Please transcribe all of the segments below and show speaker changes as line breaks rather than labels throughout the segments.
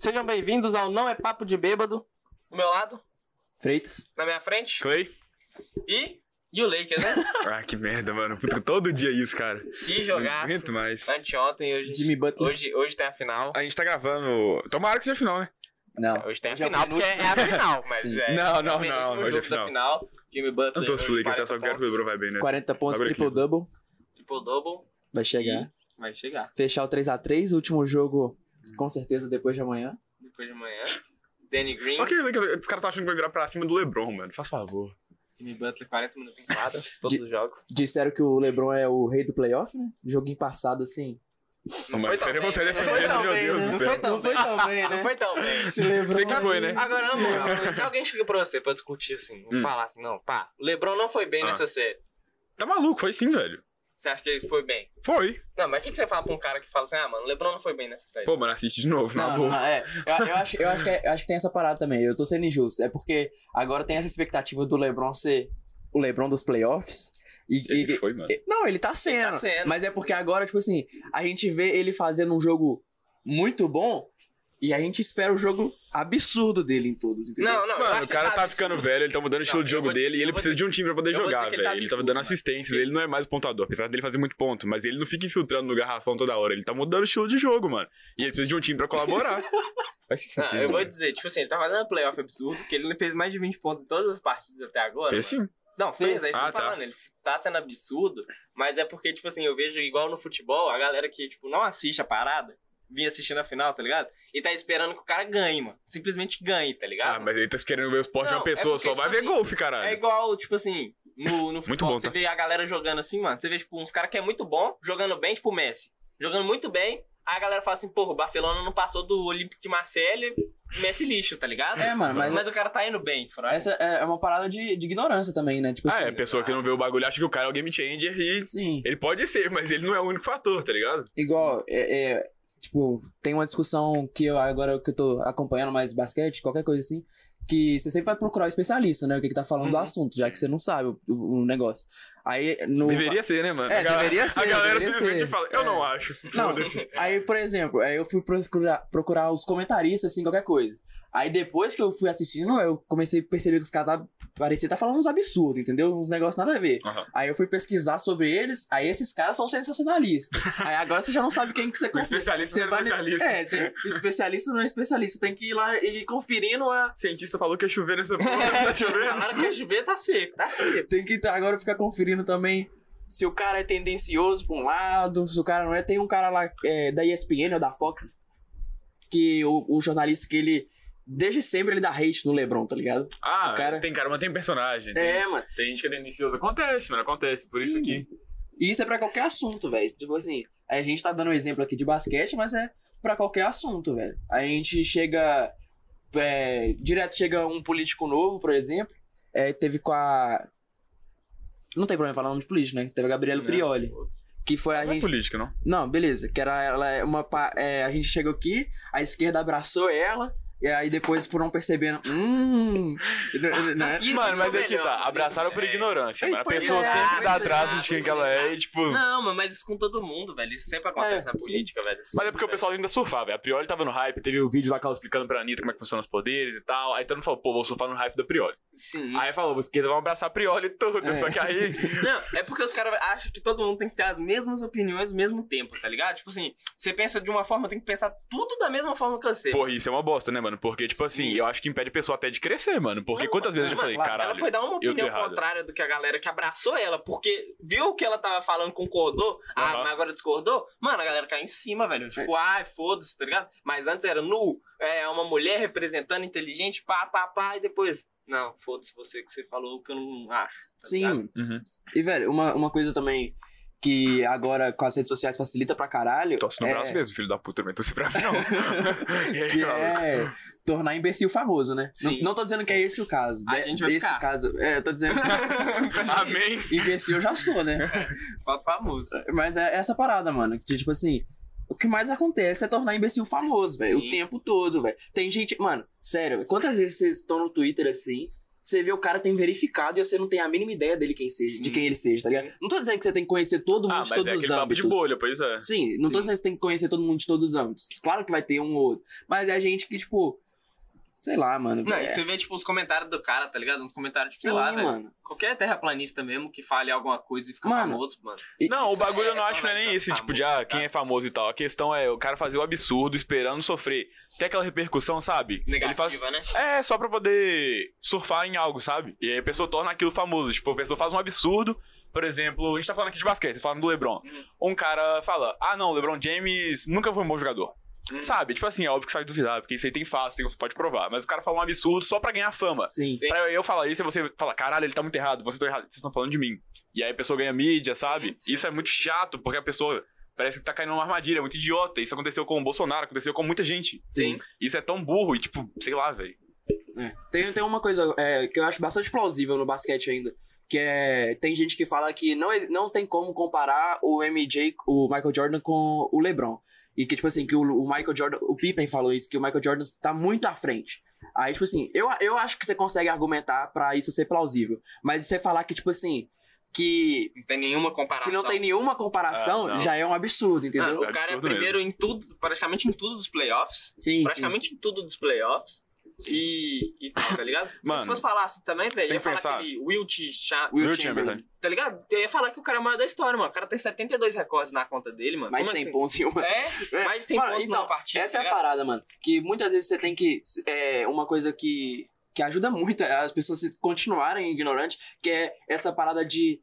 Sejam bem-vindos ao Não é Papo de Bêbado. Do meu lado,
Freitas.
na minha frente.
Clay?
E. E o Lakers, né?
Ah, que merda, mano. Puta, todo dia isso, cara.
Que
Não
jogaço.
aguento mais.
Anteontem, hoje.
Jimmy Butler.
Hoje, hoje tem a final.
A gente tá gravando. Tomara que seja final, né?
Não.
Hoje tem a
Hoje é o
final, porque é a final. Mas
Sim.
é,
Não, não,
é o
não,
penúltimo
hoje é
jogo
final.
da final. Jimmy Butler.
Eu torço pro
hoje
Lakers, tá? Só
40
quero que o Lebron vai bem, né?
40 pontos,
Abre aqui.
triple-double.
pontos, Triple-double.
Vai chegar.
Tipo, Vai chegar.
Fechar o 3x3, último jogo, com certeza, depois de amanhã.
Depois de amanhã. Danny Green.
Ok, Lakers, os caras tá achando que vai virar pra cima do Lebron, mano. Faz favor.
Jimmy Butler, 40 minutos em quadra. Todos
De-
os jogos.
Disseram que o LeBron é o rei do playoff, né? Joguinho passado, assim.
Mas
tão
seria
bem,
você
né?
dessa
Não foi
vez,
tão
meu
bem,
Deus
né?
do
Não
céu.
foi tão bem.
tão bem, né?
Não foi tão bem.
Se LeBron...
Sei que foi, né?
Agora, na
Sim.
moral, se alguém chega pra você pra discutir assim,
Hum.
falar assim, não, pá, o Lebron não foi bem
Ah.
nessa série.
Tá maluco, foi sim, velho.
Você acha que ele foi bem?
Foi.
Não, mas o que, que você fala pra um cara que fala assim, ah, mano, o Lebron não foi bem nessa série?
Pô, mano, assiste de novo, na
Não,
boa.
não, é. Eu, eu acho, eu, acho que é- eu acho que tem essa parada também. Eu tô sendo injusto. É porque agora tem essa expectativa do LeBron ser o LeBron dos playoffs. E, e-
Ele foi, mano.
e- não, ele tá sendo.
tá sendo.
Mas é porque agora, tipo assim, a gente vê ele fazendo um jogo muito bom e a gente espera o jogo absurdo dele em todos, entendeu?
Não, não, eu acho
Mano, o
que
cara tá
absurdo.
ficando velho, ele tá mudando o estilo
Não,
de
eu
jogo
vou dizer-
dele e
eu
ele
vou
precisa de um time pra poder
eu vou dizer
jogar,
que ele
velho.
tá
Ele tava
absurdo,
dando
mano.
assistências, ele não é mais o pontuador, apesar dele fazer muito ponto, mas ele não fica infiltrando no garrafão toda hora, ele tá mudando o estilo de jogo, mano. E ele precisa de um time pra colaborar. Vai se
Não,
fuder,
eu vou
mano.
dizer, tipo assim, ele tá fazendo um playoff absurdo, que ele fez mais de 20 pontos em todas as partidas até agora.
Fez
mano.
sim.
Não, fez,
Fez.
aí eu tô
Ah, tá.
falando, ele tá sendo absurdo, mas é porque, tipo assim, eu vejo igual no futebol, a galera que, tipo, não assiste a parada, vinha assistindo a final, tá ligado? E tá esperando que o cara ganhe, mano. Simplesmente ganhe, tá ligado?
Ah, mas ele tá querendo ver o esporte de
Não,
uma pessoa
é porque,
só, vai
tipo
ver
assim,
golfe,
É
caralho. Ah,
igual, tipo assim, no, no futebol,
Muito bom,
você
tá?
vê a galera jogando assim, mano. Você vê, tipo, uns caras que é muito bom, jogando bem, tipo o Messi. Jogando muito bem, aí a galera fala assim, porra, o Barcelona não passou do Olímpico de Marselha, Messi lixo, tá ligado?
É, mano, mas,
Mas o cara tá indo bem, fraco.
essa é é uma parada de, de ignorância também, né? Tipo
Ah,
assim,
é, a pessoa que não vê o bagulho acha que o cara é o game changer e.
Sim.
Ele pode ser, mas ele não é o único fator, tá ligado?
igual, é, é, tipo, tem uma discussão que eu agora que eu tô acompanhando mais basquete, qualquer coisa assim, que você sempre vai procurar o especialista, né? O que, que tá falando do
Uhum.
assunto, já que você não sabe o, o- o negócio. Aí no.
Deveria ser, né, mano?
É,
a galera,
deveria
a
ser,
galera
deveria
simplesmente
ser.
fala, eu
É.
não acho.
Não,
Foda-se.
aí, por exemplo, aí eu fui procurar, procurar os comentaristas, assim, qualquer coisa. Aí depois que eu fui assistindo, eu comecei a perceber que os caras tá, parecia tá falando uns absurdos, entendeu? Uns negócios nada a ver.
Aham.
Aí eu fui pesquisar sobre eles, aí esses caras são sensacionalistas. aí agora você já não sabe quem que você
O
confia.
especialista
Você
era
vai-
especialista.
É, você- especialista não é especialista. Tem que ir lá e ir conferindo a.
Cientista falou que ia chover nessa porra, tá chovendo?
Falaram que a chover tá seco, tá seco.
Tem que tá- agora ficar conferindo também se o cara é tendencioso pra um lado, se o cara não é. Tem um cara lá é, da ESPN ou da Fox, que o, o jornalista que ele. Desde sempre ele dá hate no Lebron, tá ligado?
Ah,
O cara-
tem cara, mas tem personagem. Tem,
É, mano.
tem gente que é tendencioso. Acontece, mano, acontece. Por isso
Sim.
que.
E isso é pra qualquer assunto, velho. Tipo assim, a gente tá dando um exemplo aqui de basquete, mas é pra qualquer assunto, velho. A gente chega. é, direto chega um político novo, por exemplo. É, teve com a. Não tem problema falar nome de político, né? Teve a Gabriela
Não.
Prioli. Que foi a
Não é
gente.
política, não.
Não, beleza. Que era ela é uma. pa- é, a gente chegou aqui, a esquerda abraçou ela. E aí depois foram percebendo. Hum. né?
Isso
Mano, mas
é o
é que
melhor,
tá.
mano.
Abraçaram por
É.
ignorância,
Ei,
mano. A
pois
pessoa
é,
sempre dá
pois é,
atrás de quem
pois
que ela
é.
é e, tipo.
Não, mano, mas isso com todo mundo, velho. Isso sempre acontece
É,
na
sim.
política, velho.
Mas é porque o pessoal ainda surfar, velho. A Prioli tava no hype, teve o vídeo lá que ela explicando pra Anitta como é que funciona os poderes e tal. Aí todo mundo falou, pô, vou surfar no hype da Prioli.
Sim.
Aí falou, os esquerda vão abraçar a Prioli e tudo.
É.
Só que aí.
Não, é porque os caras acham que todo mundo tem que ter as mesmas opiniões ao mesmo tempo, tá ligado? Tipo assim, você pensa de uma forma, tem que pensar tudo da mesma forma que você.
Porra, isso é uma bosta, né, mano? Porque, tipo assim, eu acho que impede a pessoa até de crescer, mano. Porque
Não,
quantas vezes eu
mano,
já falei,
ela- ela
caralho.
ela foi dar uma
eu tô
opinião
errado.
contrária do que a galera que abraçou ela, porque viu o que ela tava falando, concordou, ah,
Aham.
mas agora discordou, mano, a galera caiu em cima,
É.
velho. Tipo, ai, foda-se, tá ligado? Mas antes era nu, é uma mulher representando inteligente, pá, pá, pá, e depois. Não, foda-se você que você falou que eu não acho. tá
Sim,
ligado?
mano.
Uhum.
E, velho, uma, uma coisa também que agora com as redes sociais facilita pra caralho.
Tosse no
é,
braço mesmo, filho da puta, também torce pra mim, não. e aí,
Que
maluco?
é tornar imbecil famoso, né?
Sim.
Não, não tô dizendo que é esse o caso.
A
De-
gente vai
desse
ficar.
caso. É, eu tô dizendo
Amém.
que imbecil eu já sou, né?
Fato famoso.
Mas é essa parada, mano. Que, tipo assim, o que mais acontece é tornar imbecil famoso, velho. O
Sim.
tempo todo, velho. Tem gente. Mano, sério, quantas vezes vocês estão no Twitter assim? você vê o cara tem verificado e você não tem a mínima ideia dele quem seja, de
Sim.
quem ele seja, tá ligado? Não tô dizendo que você tem que conhecer todo mundo
Ah,
de
mas
todos
é
os
aquele papo
âmbitos.
de bolha, pois é.
Sim, não tô dizendo
Sim.
que você tem que conhecer todo mundo de todos os âmbitos. Claro que vai ter um ou outro. Mas é gente que, tipo, sei lá, mano.
Não,
é-
e você vê, tipo, os comentários do cara, tá ligado? Uns comentários, tipo,
Sim,
sei lá, velho.
mano.
Qualquer terraplanista mesmo que fale alguma coisa e fica
Mano,
famoso, mano.
E-
Não, o
Isso
bagulho
é-
eu não
é
acho não é nem
famoso,
esse, tipo, de ah, quem é famoso e tal. A questão é o cara fazer o absurdo esperando sofrer. Tem aquela repercussão, sabe? Ele
Negativa,
faz.
né?
É, só pra poder surfar em algo, sabe? E aí a pessoa torna aquilo famoso. Tipo, a pessoa faz um absurdo. Por exemplo, a gente tá falando aqui de basquete, falando do LeBron. Um cara fala: Ah, não, o LeBron James nunca foi um bom jogador.
Hum.
Sabe? Tipo assim, é óbvio que você vai duvidar, porque isso aí tem fácil, você pode provar. Mas o cara fala um absurdo só pra ganhar fama.
Sim.
Sim.
Pra eu- eu falar isso, e você fala, caralho, ele tá muito errado, você tá errado, vocês estão falando de mim. E aí a pessoa ganha mídia, sabe? Isso é muito chato, porque a pessoa parece que tá caindo numa armadilha, é muito idiota. Isso aconteceu com o Bolsonaro, aconteceu com muita gente.
Sim.
Isso é tão burro e, tipo, sei lá, velho.
É. Tem, tem uma coisa é, que eu acho bastante plausível no basquete ainda. Que é. Tem gente que fala que não, ex- não tem como comparar o MJ, o Michael Jordan, com o LeBron. E que, tipo assim, que o, o Michael Jordan. O Pippen falou isso, que o Michael Jordan tá muito à frente. Aí, tipo assim, eu, eu acho que você consegue argumentar pra isso ser plausível. Mas você falar que, tipo assim, que,
Não tem nenhuma comparação.
que não tem nenhuma comparação
Ah, não.
já é um absurdo,
Ah,
entendeu?
o cara é
Absurdo
primeiro em tudo, praticamente em tudo dos playoffs.
sim, sim.
praticamente em tudo dos playoffs. E, e tal, tá ligado? Mas
Mano,
se fosse falar assim também, velho,
tem
ia
que
falar
pensar.
aquele Wilt Cha-
Will
Will
Chamberlain.
Chamberlain.
tá ligado? Eu ia falar que o cara é o maior da história, mano. O cara tem 72 recordes na conta dele, mano.
Mas
Como
sem
assim?
pontos em uma
É,
É.
mais de 100
Mano,
pontos
então,
numa partida.
Essa
tá
é a
ligado?
parada, mano. Que muitas vezes você tem que. É uma coisa que, que ajuda muito é as pessoas se continuarem ignorantes, que é essa parada de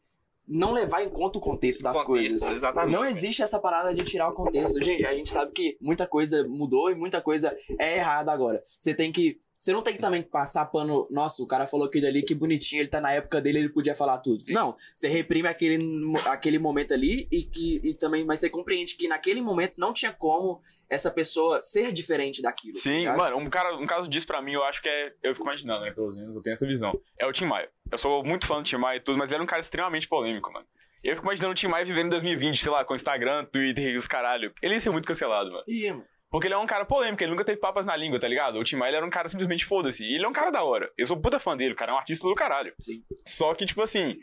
não levar em conta o contexto das
Contexto,
coisas.
Exatamente.
Não existe essa parada de tirar o contexto. Gente, a gente sabe que muita coisa mudou e muita coisa é errada agora. Você tem que. Você não tem que também passar pano. Nossa, o cara falou aquilo ali, que bonitinho, ele tá na época dele, ele podia falar tudo. Não. Você reprime aquele, mo- aquele momento ali e que e também. Mas você compreende que naquele momento não tinha como essa pessoa ser diferente daquilo. tá
Sim,
ligado?
mano, um, cara, um caso disso pra mim, eu acho que é. Eu fico imaginando, né? Pelo menos eu tenho essa visão. É o Tim Maia. Eu sou muito fã do Tim Maia e tudo, mas ele é um cara extremamente polêmico, mano. Eu fico imaginando o Tim Maia vivendo em 2020, sei lá, com Instagram, Twitter e os caralho. Ele ia ser muito cancelado, mano.
Ih, mano.
Porque ele é um cara polêmico, ele nunca teve papas na língua, tá ligado? O Tim Maia ele era um cara simplesmente foda-se. E ele é um cara da hora. Eu sou puta fã dele, o cara é um artista do caralho.
Sim.
Só que, tipo assim,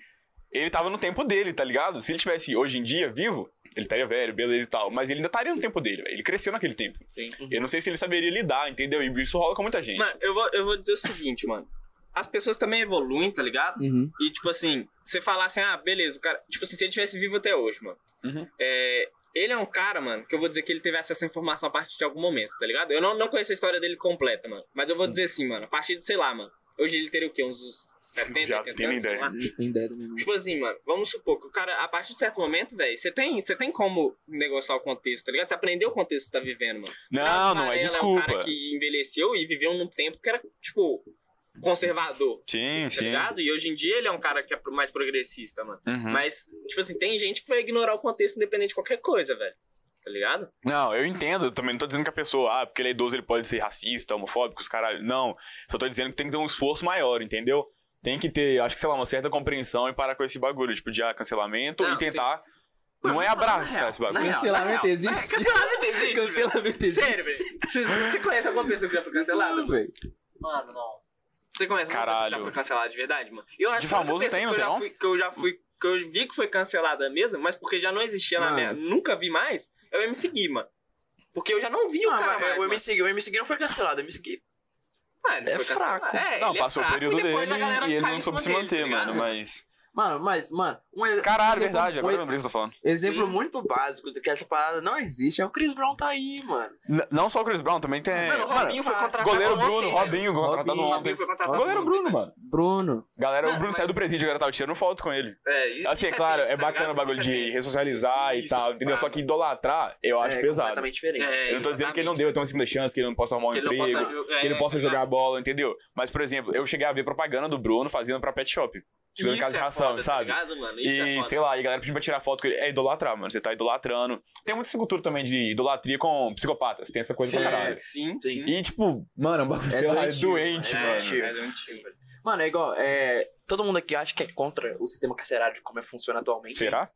ele tava no tempo dele, tá ligado? Se ele tivesse hoje em dia vivo, ele estaria velho, beleza e tal. Mas ele ainda estaria no tempo dele, velho. Ele cresceu naquele tempo.
Sim.
Eu não sei se ele saberia lidar, entendeu? E isso rola com muita gente.
Mano, eu vou, eu vou dizer o seguinte, mano. As pessoas também evoluem, tá ligado?
Uhum.
E, tipo assim, você falar assim, ah, beleza, o cara. Tipo assim, se ele tivesse vivo até hoje, mano.
Uhum.
É, ele é um cara, mano, que eu vou dizer que ele teve acesso à informação a partir de algum momento, tá ligado? Eu não, não conheço a história dele completa, mano. Mas eu vou dizer assim, mano, a partir de, sei lá, mano. Hoje ele teria o quê? Uns 70,
Já
80
tenho
anos, sei
ideia.
lá.
Não tem ideia também, não.
Tipo assim, mano, vamos supor que o cara, a partir de certo momento, velho, você tem, você tem como negociar o contexto, tá ligado? Você aprendeu o contexto que você tá vivendo, mano.
não, não é
Varela É um
desculpa.
cara que envelheceu e viveu num tempo que era, tipo, conservador,
Sim,
tá
sim.
ligado? E hoje em dia ele é um cara que é mais progressista, mano.
Uhum.
Mas, tipo assim, tem gente que vai ignorar o contexto independente de qualquer coisa, velho. Tá ligado?
Não, eu entendo. eu Também não tô dizendo que a pessoa, ah, porque ele é idoso, ele pode ser racista, homofóbico, os caralho. Não. Só tô dizendo que tem que ter um esforço maior, entendeu? Tem que ter, acho que, sei lá, uma certa compreensão e parar com esse bagulho, tipo, de ah, cancelamento
Não,
e tentar.
Mano,
Não é
na
abraçar
real,
esse bagulho.
na real,
Cancelamento
na real.
existe?
É, Cancelamento existe. velho.
Cancelamento
Sério, velho. Vocês- Você conhece alguma pessoa que já foi cancelada?
Não, velho.
Mano, não. Você conhece uma
Caralho.
pessoa que já foi cancelada de verdade, mano? Eu acho
De
que a única
famoso
pessoa
tem, não
que eu
tem
já
não?
fui- que eu já fui, que eu vi que foi cancelada mesmo, mas porque já não existia na
Mano.
minha, nunca vi mais, é o MC Gui, mano. Porque eu já não vi o
Ah,
cara
mas
mais,
o
mano.
MC Gui- o MC Gui não foi cancelado, o MC Gui
Ah, ele
é
foi cancelado.
fraco.
É,
não,
ele é
passou o
fraco
período
e depois
dele
a galera
e ele
caiu
não
em
soube se
cima dele,
manter,
tá ligado? é
mano. Mas.
Mano, mas, mano, um ex-
Caralho, é
um exemplo-
verdade. Agora eu
um
lembrei do que eu tô falando.
exemplo
Sim.
muito básico do que essa parada não existe é o Chris Brown tá aí, mano.
N- não só o Chris Brown, também tem.
Mano, o Robinho foi
Mano,
contratado
goleiro
ontem,
Bruno,
velho.
Robinho, contratado
Robinho.
O
ontem.
Robinho foi contratado
Goleiro
ontem,
Bruno,
velho.
mano.
Bruno.
Galera, o
Mano,
Bruno
mas-
saiu do presídio, a galera tava tirando foto com ele.
É, isso
Assim, é claro,
triste,
é
tá
bacana
ligado?
o bagulho
Isso é
de
triste.
ressocializar e
Isso,
tal, entendeu? Só
claro.
que idolatrar, eu acho
é
pesado.
completamente diferente.
É,
Eu não tô dizendo que ele não deu ter uma segunda chance, que ele não possa arrumar um
Que ele não
emprego,
possa jo- é,
que ele não possa
exato.
jogar bola, entendeu? Mas, por exemplo, eu cheguei a ver propaganda do Bruno fazendo pra pet shop. Chegando em
Isso
casa de
é
ração,
foda, tá
sabe?
ligado, mano? Isso é
E,
foda.
sei lá, e a galera pedindo pra tirar foto com ele. É idolatrar, mano. Você tá idolatrando. Tem muita essa cultura também de idolatria com psicopatas. Tem essa coisa
Sim.
pra caralho.
Sim.
Sim, sim.
E, tipo, mano, o bagulho,
É
sei lá, é
doentio,
doente,
é
mano.
doentio. Mano, é igual, é, todo mundo aqui acha que é contra o sistema carcerário de como é funciona atualmente.
Será?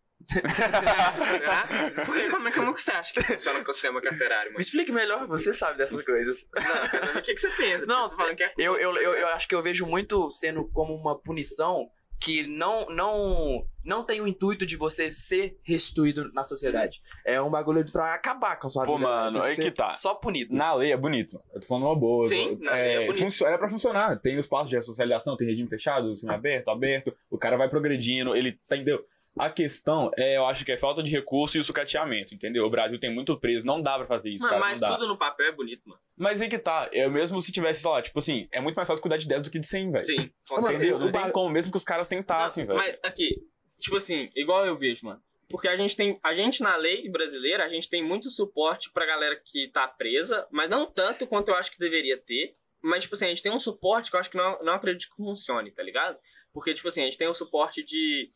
Ah, sei como é como que você acha que funciona com o sistema carcerário,
Me
mano?
explique melhor, você sabe dessas coisas.
Não, cara, o que, que você pensa?
Não,
você falando que é
Eu, eu, eu, eu acho que eu vejo muito sendo como uma punição que não, não, não tem o intuito de você ser restituído na sociedade. É um bagulho pra acabar com a sua
Pô,
vida.
mano,
Você
aí que tá.
Só punido.
Na lei é bonito. mano. Eu tô falando uma boa.
Sim,
Eu-
na lei é bonito.
funcio- Era pra funcionar. Tem os passos de ressocialização, tem regime fechado, semi-aberto, aberto. O cara vai progredindo, ele tá, entendeu? A questão é, eu acho que é falta de recurso e o sucateamento, entendeu? O Brasil tem muito preso, não dá pra fazer isso,
Mano,
cara,
mas
não dá.
tudo no papel é bonito, mano.
Mas aí que tá, eu mesmo se tivesse, sei lá, tipo assim, é muito mais fácil cuidar de 10 do que de 100, velho.
Sim, com
Mano,
certeza.
Entendeu?
o
Não tem
ba-
como, mesmo que os caras tentassem,
Não,
assim, velho.
Mas aqui, tipo assim, igual eu vejo, mano. Porque a gente tem. A gente na lei brasileira, a gente tem muito suporte pra galera que tá presa, mas não tanto quanto eu acho que deveria ter. Mas, tipo assim, a gente tem um suporte que eu acho que não, não acredito que funcione, tá ligado? Porque, tipo assim, a gente tem o suporte de.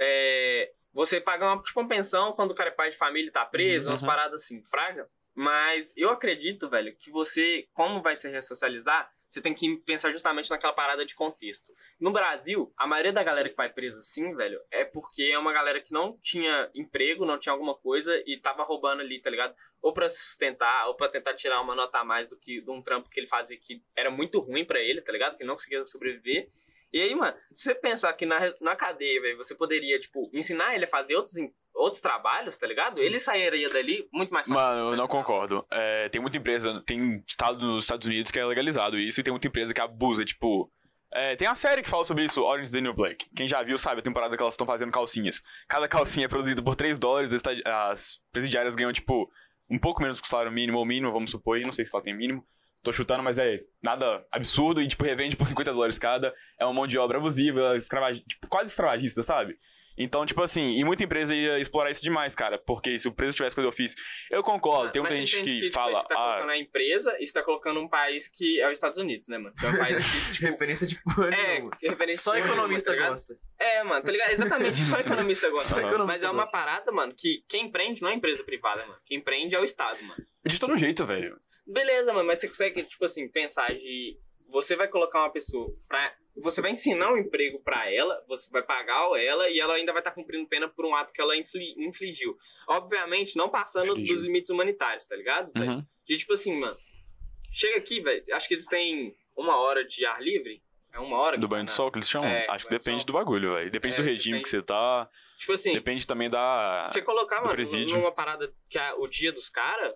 é, você pagar uma, tipo, uma pensão quando o cara é pai de família e tá preso,
Uhum,
umas
uhum.
paradas assim, fraga. Mas eu acredito, velho, que você, como vai se ressocializar, você tem que pensar justamente naquela parada de contexto. No Brasil, a maioria da galera que vai presa assim, velho, é porque é uma galera que não tinha emprego, não tinha alguma coisa e tava roubando ali, tá ligado? Ou pra se sustentar, ou pra tentar tirar uma nota a mais do que de um trampo que ele fazia que era muito ruim pra ele, tá ligado? Que ele não conseguia sobreviver. E aí, mano, se você pensar que na, res- na cadeia, velho, você poderia, tipo, ensinar ele a fazer outros, em- outros trabalhos, tá ligado? Ele sairia dali muito mais fácil.
Mano, eu não
tá ligado?
concordo. É, tem muita empresa, tem estado nos Estados Unidos que é legalizado isso, e tem muita empresa que abusa, tipo. é, tem uma série que fala sobre isso, Orange is the New Black. Quem já viu sabe a temporada que elas estão fazendo calcinhas. Cada calcinha é produzida por 3 dólares, as, estadi- as presidiárias ganham, tipo, um pouco menos que o salário mínimo ou mínimo, vamos supor, e não sei se lá tem mínimo. Tô chutando, mas é nada absurdo e, tipo, revende por 50 dólares cada. É uma mão de obra abusiva, escravagi- tipo, quase escravagista, sabe? Então, tipo assim, e muita empresa ia explorar isso demais, cara. Porque se o preço tivesse coisa eu fiz. Eu concordo, tem muita
Mas você
gente
entende
que,
tipo,
fala.
Você tá
ah,
colocando a empresa e você tá colocando um país que é os Estados Unidos, né, mano? Que é um país que, tipo.
Referência de porra
é,
nenhuma.
que referência
Só
nenhuma,
economista
tá ligado?
gosta.
É, mano, tá ligado? Exatamente, só economista gosta.
Só
mano.
economista
Mas é uma
gosta.
parada, mano, que quem empreende não é empresa privada, mano. Quem empreende é o Estado, mano.
de todo jeito, velho.
Beleza, mano, mas você consegue, tipo assim, pensar de. Você vai colocar uma pessoa pra. Você vai ensinar um emprego pra ela, você vai pagar ela e ela ainda vai estar cumprindo pena por um ato que ela infli- infligiu. Obviamente, não passando
Infligiu.
dos limites humanitários, tá ligado? velho?
Uhum.
De tipo assim, mano. Chega aqui, velho. Acho que eles têm uma hora de ar livre. É uma hora.
Do
que tá
banho de
na-
sol que eles chamam?
É,
Acho que
banho de
depende
sol.
do bagulho, velho. Depende
É,
do regime
depende.
que você tá.
Tipo assim,
Depende também da.
você colocar,
do
mano,
presídio.
numa parada que é o dia dos caras,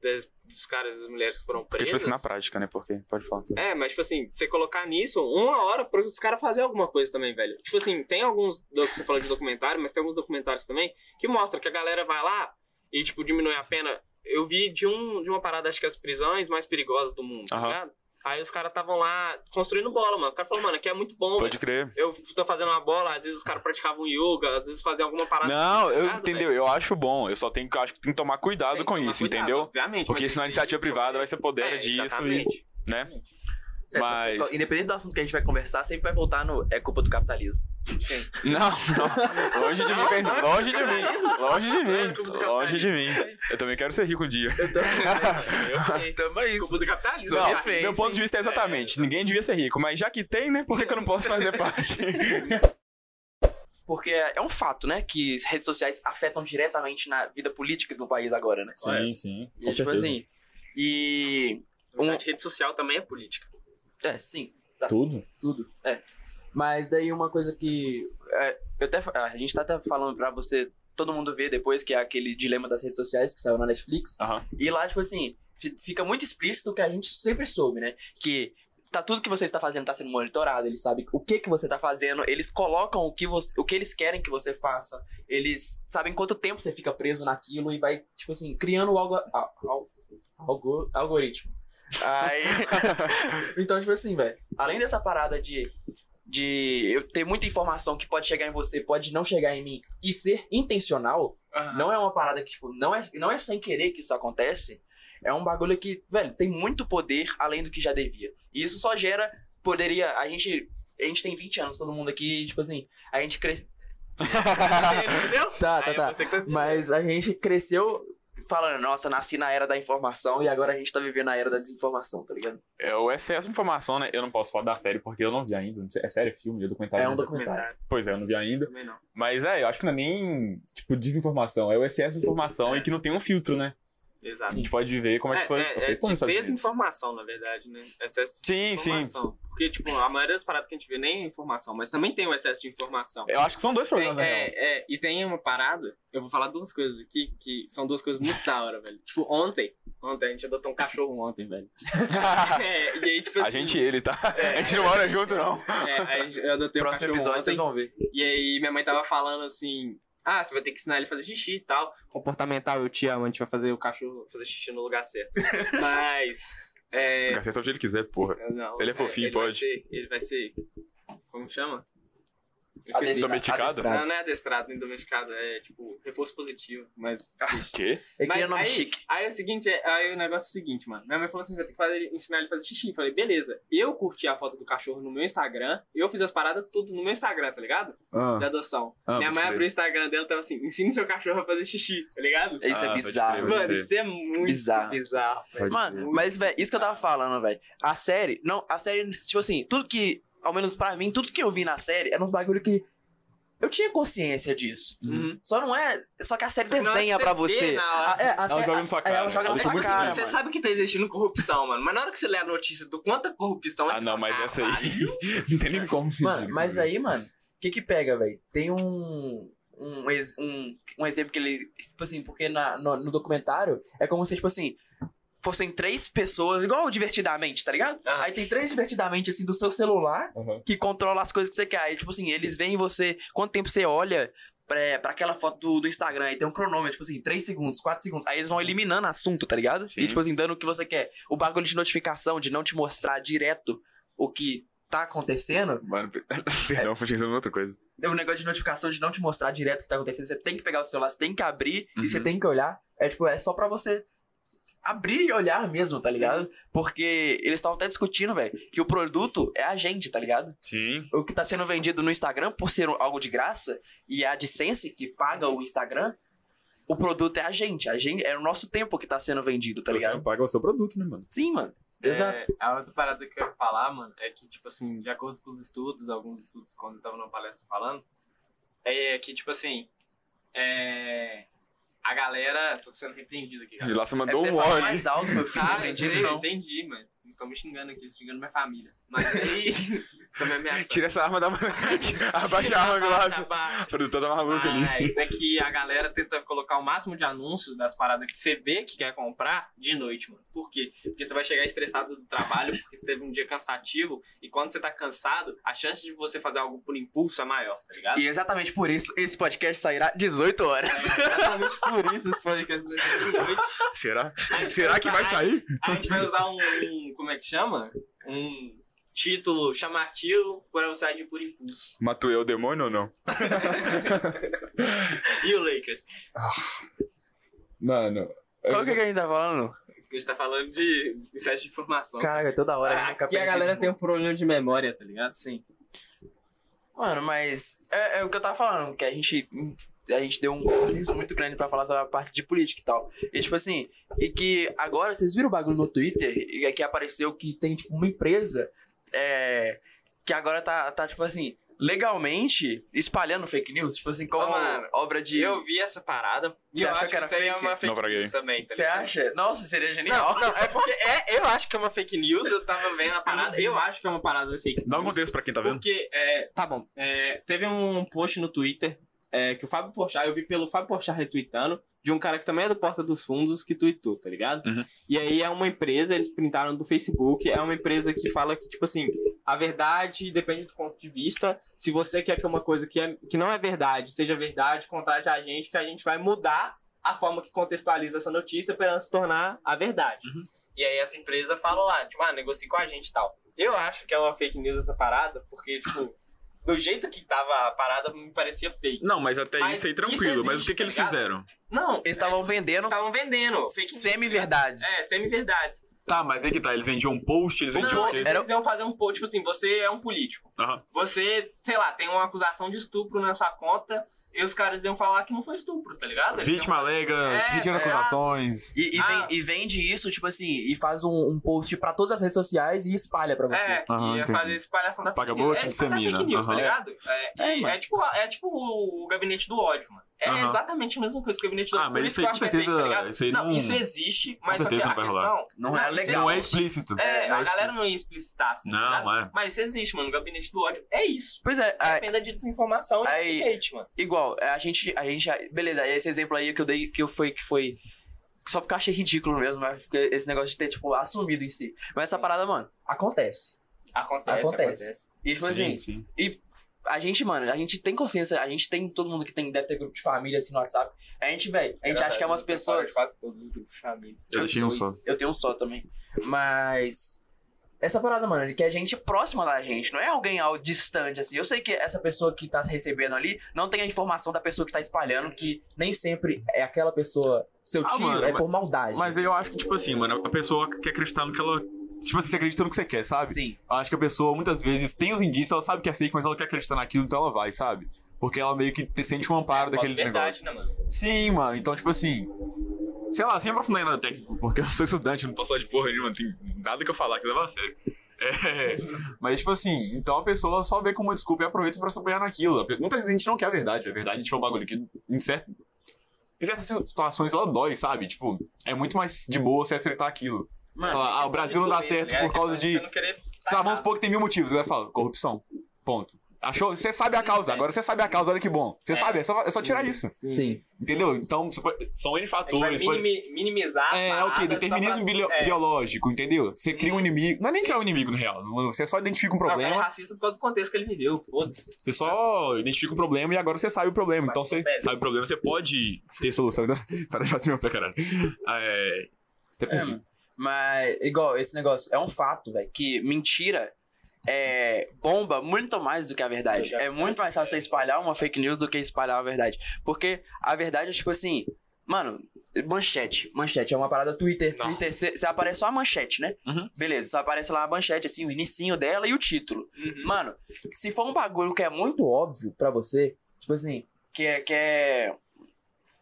das- dos caras e das mulheres que foram
Porque,
presas.
tipo assim, na prática, né? Porque. Pode falar.
É, mas, tipo assim, você colocar nisso uma hora pra os caras fazer alguma coisa também, velho. Tipo assim, tem alguns. do- que Você falou de documentário, mas tem alguns documentários também que mostra que a galera vai lá e, tipo, diminui a pena. Eu vi de, um, de uma parada, acho que as prisões mais perigosas do mundo, tá
Aham.
ligado? Aí os caras estavam lá construindo bola, mano. O cara falou, mano, aqui é muito bom. velho.
Pode crer.
Eu tô fazendo uma bola, às vezes os caras praticavam yoga, às vezes faziam alguma parada.
Não,
assim, tá
eu
ligado,
entendeu?
velho?
Eu acho bom. Eu só tenho que acho que tem que tomar cuidado
Tem que
com
tomar
isso,
cuidado,
entendeu?
Obviamente.
Porque
mas
senão a
isso-
iniciativa privada vai se apoderar
É,
disso e.
exatamente.
né?
É, só que,
Mas-
Independente do assunto que a gente vai conversar, sempre vai voltar no é culpa do capitalismo.
Não, não. Longe de mim, Fernando. Longe de mim. Longe de
É, culpa
mim.
do
Longe de mim.
capitalismo.
Eu também quero ser rico um dia.
Eu
Ah, Eu-
Tamo aí.
Culpa do capitalismo. né?
Não,
cara.
defensa,
meu ponto de vista é exatamente. Ninguém devia ser rico, mas já que tem, né? Por que, que eu não posso fazer parte?
Porque é um fato, né? Que as redes sociais afetam diretamente na vida política do país agora, né?
sim.
E, tipo assim. E.
Um-
um,
Na verdade, rede social também é política.
É, sim.
Tudo.
Tudo. É. Mas daí uma coisa que. é, eu até, fa- a gente tá até falando pra você, todo mundo ver depois, que é aquele dilema das redes sociais que saiu na Netflix.
Aham.
E lá, tipo assim, fi- fica muito explícito o que a gente sempre soube, né? Que tá tudo que você está fazendo tá sendo monitorado, eles sabem o que que você tá fazendo, eles colocam o que, você, o que eles querem que você faça, eles sabem quanto tempo você fica preso naquilo e vai, tipo assim, criando algo, algo, algoritmo. Aí, então, tipo assim, velho, além dessa parada de, de eu ter muita informação que pode chegar em você, pode não chegar em mim e ser intencional, não é uma parada que, tipo, não é, não é sem querer que isso acontece. É um bagulho que, velho, tem muito poder além do que já devia. E isso só gera. Poderia. A gente. A gente tem 20 anos, todo mundo aqui, e, tipo assim, a gente cresceu.
Ah,
É, Entendeu?
Tá,
Aí você que tá-
Mas a gente cresceu falando, nossa, nasci na era da informação e agora a gente tá vivendo a era da desinformação, tá ligado?
É o excesso de informação, né? Eu não posso falar da série porque eu não vi ainda. Não sei- É série, é filme, é documentário.
É um
né?
documentário.
Pois é, eu não vi ainda.
Também não.
Mas é, eu acho que não é nem, tipo, desinformação. É o excesso de informação e que não tem um filtro, né?
Exato.
A gente pode ver como é que foi.
é,
foi
é,
feito nos
de
Estados Unidos.
desinformação, na verdade, né? Excesso de
Sim, sim.
informação. Porque, tipo, a maioria das paradas que a gente vê nem é informação, mas também tem o excesso de informação.
Eu acho que são dois
Tem-
problemas, né?
é, é, e tem uma parada, eu vou falar duas coisas aqui, que são duas coisas muito da hora, velho. Tipo, ontem, ontem, a gente adotou um cachorro ontem, velho. É, e aí, tipo
Ah. A
assim,
gente e ele, tá? A gente não mora junto, não.
é, a gente- eu adotei um
Próximo
cachorro
episódio
ontem,
vocês vão ver.
e aí minha mãe tava falando assim, ah, você vai ter que ensinar ele a fazer xixi e tal. Comportamental, eu te amo, a gente vai fazer o cachorro fazer xixi no lugar certo. Mas, é,
Acerta onde ele quiser, porra.
Não,
Ele é fofinho,
vai
pode.
ser- ele vai ser. Como chama?
Esqueci. Domesticado?
Não, não é adestrado nem domesticado, é tipo reforço positivo, mas.
O quê?
Eu queria
mas
nome
aí,
chique.
Aí é o seguinte, é- aí o negócio é o seguinte, mano. Minha mãe falou assim: você vai ter que fazer- ensinar ele a fazer xixi. Eu falei, beleza. Eu curti a foto do cachorro no meu Instagram, eu fiz as paradas tudo no meu Instagram, tá ligado?
Ah,
De adoção.
ah,
Minha
pode
mãe
crer.
abriu o Instagram dela e tava assim: ensine seu cachorro a fazer xixi, tá ligado?
Isso
Ah,
é
pode
bizarro.
crer, pode
Mano,
crer.
isso é muito
Bizarro.
bizarro.
Pode
Mano,
crer.
mas, velho, isso que eu tava falando, velho. A série, não, a série, tipo assim, tudo que, ao menos pra mim, tudo que eu vi na série era uns bagulho que eu tinha consciência disso.
Uhum.
Só não é, só que a série
Só que na hora
desenha
que
pra
você vê
você.
na hora-
A- é, a série-
joga na sua
é,
cara.
Ela joga na
Eu sou
sua
muito
cara,
sinistro.
você
mano.
sabe que tá existindo corrupção, mano. Mas na hora que você lê a notícia do quanto é corrupção...
Ah,
você
não,
fala,
mas essa
"Caralho".
aí. Não tem nem como. tá
Mano, mas aí, mano, o que que pega, velho? Tem um. Um, ex- um, um exemplo que ele. Tipo assim, porque na, no, no documentário é como se, tipo assim, fossem três pessoas, igual o divertidamente, tá ligado?
Ah.
Aí tem três divertidamente, assim, do seu celular,
Uhum.
que controla as coisas que você quer. Aí, tipo assim, eles veem você. Quanto tempo você olha pra, pra aquela foto do, do Instagram? Aí tem um cronômetro, tipo assim, 3 segundos, 4 segundos. Aí eles vão eliminando assunto, tá ligado?
Sim.
E, tipo assim, dando o que você quer. O bagulho de notificação, de não te mostrar direto o que tá acontecendo.
Mano, per- perdão, fui pensando em outra coisa.
É um negócio de notificação, de não te mostrar direto o que tá acontecendo. Você tem que pegar o celular, você tem que abrir
Uhum.
e você tem que olhar. É, tipo, é só pra você. Abrir e olhar mesmo, tá ligado? Porque eles estavam até discutindo, velho, que o produto é a gente, tá ligado?
Sim.
o que tá sendo vendido no Instagram por ser um- algo de graça e é a AdSense que paga o Instagram, o produto é a gente, a gente é o nosso tempo que tá sendo vendido, tá
Se você
ligado?
não paga o seu produto, né, mano?
Sim, mano.
É,
Exato.
a outra parada que eu ia falar, mano, é que, tipo assim, de acordo com os estudos, alguns estudos, quando eu tava numa palestra falando, é que, tipo assim, é, a galera... Tô sendo repreendido aqui,
E
galera.
lá você
É
mandou
você
um
falar
óleo.
mais alto, meu filho,
Ah,
não
eu
entendi,
sei, eu
não.
entendi, mano. Eles estão me xingando aqui, xingando minha família. Mas aí... Estão me ameaçando.
Tira essa arma da mão. Abaixa a arma,
Abaixa,
Glaucio.
abaixa.
O produtor tá maluco ali.
Mas é que a galera tenta colocar o máximo de anúncios das paradas que você vê que quer comprar de noite, mano. Por quê? Porque você vai chegar estressado do trabalho, porque você teve um dia cansativo, e quando você tá cansado, a chance de você fazer algo por impulso é maior, tá ligado? É
E exatamente por isso esse podcast sairá 18 horas.
Exatamente por isso esse podcast vai ser de noite.
Será?
A gente
Será que
usar-
vai sair?
A gente vai usar um, um- Como é que chama? Um título chamativo para você agir por impulso.
Matou eu o demônio ou não?
E o Lakers?
Mano.
Qual que é que a gente tá falando?
A gente tá falando de excesso de informação.
Caraca, toda hora gente fica
Aqui a
perdido.
galera tem um problema de memória, tá ligado?
Sim. Mano, mas é, é o que eu tava falando, que a gente, a gente deu um consenso muito grande pra falar sobre a parte de política e tal. E tipo assim, e que agora, vocês viram o bagulho no Twitter, e é que apareceu que tem tipo uma empresa é, que agora tá, tá tipo assim, legalmente espalhando fake news, tipo assim, como
Ô, mano,
obra de...
Eu vi uma parada e
Você
eu
achou
acho
que
que,
era
seria
fake?
uma fake
Não, pra
news também. tá
Você
ligado?
acha? Nossa, seria genial.
Não, não, é porque é, eu acho que é uma fake news, eu tava vendo a parada, eu acho que é uma parada fake news.
Dá um contexto pra quem tá vendo.
Porque, é, tá bom, é, teve um post no Twitter é, que o Fábio Porchat, eu vi pelo Fábio Porchat retweetando, de um cara que também é do Porta dos Fundos, que tweetou, tá ligado?
Uhum.
E aí é uma empresa, eles printaram do Facebook, é uma empresa que fala que, tipo assim, a verdade depende do ponto de vista, se você quer que uma coisa que, é, que não é verdade seja verdade, contrate a gente, que a gente vai mudar a forma que contextualiza essa notícia para ela se tornar a verdade.
Uhum.
E aí essa empresa fala lá, tipo, ah, negocie com a gente e tal. Eu acho que é uma fake news essa parada, porque, tipo, do jeito que tava a parada, me parecia fake.
Não, mas até
Mas
isso aí
isso
tranquilo. mas o
existe,
que, que
tá
eles
ligado?
fizeram?
Não,
Eles estavam vendendo
Né? estavam vendendo. Fake news.
semi-verdades.
É, semi-verdade.
Tá, mas aí que tá. Eles vendiam um post, eles vendiam
Não,
o quê?
eles iam fazer um post, tipo assim, você é um político.
Aham.
Você, sei lá, tem uma acusação de estupro na sua conta e os caras iam falar que não foi estupro, tá ligado? Eles
Vítima
iam-
alega,
É,
retirando
é.
acusações.
E, e
Ah.
vem- e vende isso, tipo assim, e faz um, um post pra todas as redes sociais e espalha pra você.
É,
assim. Aham,
ia
entendi.
fazer espalhação da
Paga
fake news.
boa, te
é espalhar
dissemina.
fake news, tá
Aham.
ligado? É,
É,
e
mano.
é tipo, é tipo o gabinete do ódio, mano. É
Aham.
exatamente a mesma coisa que o gabinete do
Ah,
ódio.
mas
por
isso aí
que eu
com
acho que é
certeza-
fake, tá ligado?
isso aí
não,
não-
isso existe, mas só que
certeza
a
não vai rolar.
questão...
Não é
isso
legal.
Não é
existe.
explícito.
É,
não
a galera
explícito.
não ia explicitar assim, tá ligado?
Não, é.
Mas isso existe, mano. O gabinete do ódio é isso.
Pois é,
É
a-
venda de desinformação e
aí-
de hate, mano.
igual, a gente, a gente. Beleza, esse exemplo aí que eu dei, que eu foi, que foi. Só porque eu achei ridículo mesmo, mas porque esse negócio de ter, tipo, assumido em si. Mas essa parada, mano, acontece.
Acontece,
Acontece.
acontece.
E, tipo
Sim,
assim,
sim.
a gente, mano, a gente tem consciência, a gente tem todo mundo que tem, deve ter grupo de família assim no WhatsApp. A gente, velho, a gente acha que é umas pessoas.
Quase todos os grupos de família.
Eu deixei um só.
Eu tenho um só também. Mas. Essa parada, mano, que é gente próxima da gente, não é alguém ao distante, assim. Eu sei que essa pessoa que tá recebendo ali não tem a informação da pessoa que tá espalhando, que nem sempre é aquela pessoa, seu
Ah,
tio,
mano,
é
mas-
por maldade.
Mas eu acho que, tipo assim, mano, a pessoa quer acreditar no que ela. Tipo assim, você acredita no que você quer, sabe?
Sim.
Eu acho que a pessoa muitas vezes tem os indícios, ela sabe que é fake, mas ela quer acreditar naquilo, então ela vai, sabe? Porque ela meio que te- sente um amparo daquele negócio.
verdade, né, mano?
Sim, mano. Então, tipo assim. Sei lá, sem aprofundar em nada técnico, porque eu sou estudante, eu não posso falar de porra nenhuma, não tem nada que eu falar que leva a sério. É, mas, tipo assim, então a pessoa só vê como uma desculpa e aproveita pra se apoiar naquilo. Muitas vezes a gente não quer a verdade, a verdade tipo, é um bagulho que, em, certo, em certas situações, ela dói, sabe? Tipo, é muito mais de boa você aceitar aquilo.
Mano, é
Falar, ah, o Brasil não dá certo
né,
por causa de
Você não querer
Sei lá, vamos supor que tem mil motivos. A galera fala, corrupção. Ponto. Achou? Você sabe a causa. Agora você sabe a causa, olha que bom. Você
É.
sabe, é só, é só tirar isso.
sim.
Entendeu? Então, você pode- são N
É que vai
fatores. pode-
minimi- minimizar a
É, é o quê?
parada só
Determinismo
pra-
bilio-
é,
biológico, entendeu? Você cria um
Hum.
inimigo. Não é nem criar um inimigo, no real. Você só identifica um
não, o cara é
problema.
racista por causa do contexto que ele viveu, foda-se.
Você só identifica um problema e agora você sabe o problema. Então você
Pera.
sabe o problema, você pode ter solução. Então, Para já ter pra caralho. É. Até
É,
perdi.
mano. Mas, igual, esse negócio é um fato, velho, que mentira é bomba muito mais do que a verdade. É muito mais fácil você espalhar uma fake news do que espalhar a verdade. Porque a verdade é tipo assim, mano, manchete. Manchete é uma parada Twitter.
Não.
Twitter, você aparece só a manchete, né?
Uhum.
Beleza, só aparece lá a manchete, assim, o inicinho dela e o título.
Uhum.
Mano, se for um bagulho que é muito óbvio pra você, tipo assim, que é. Que é...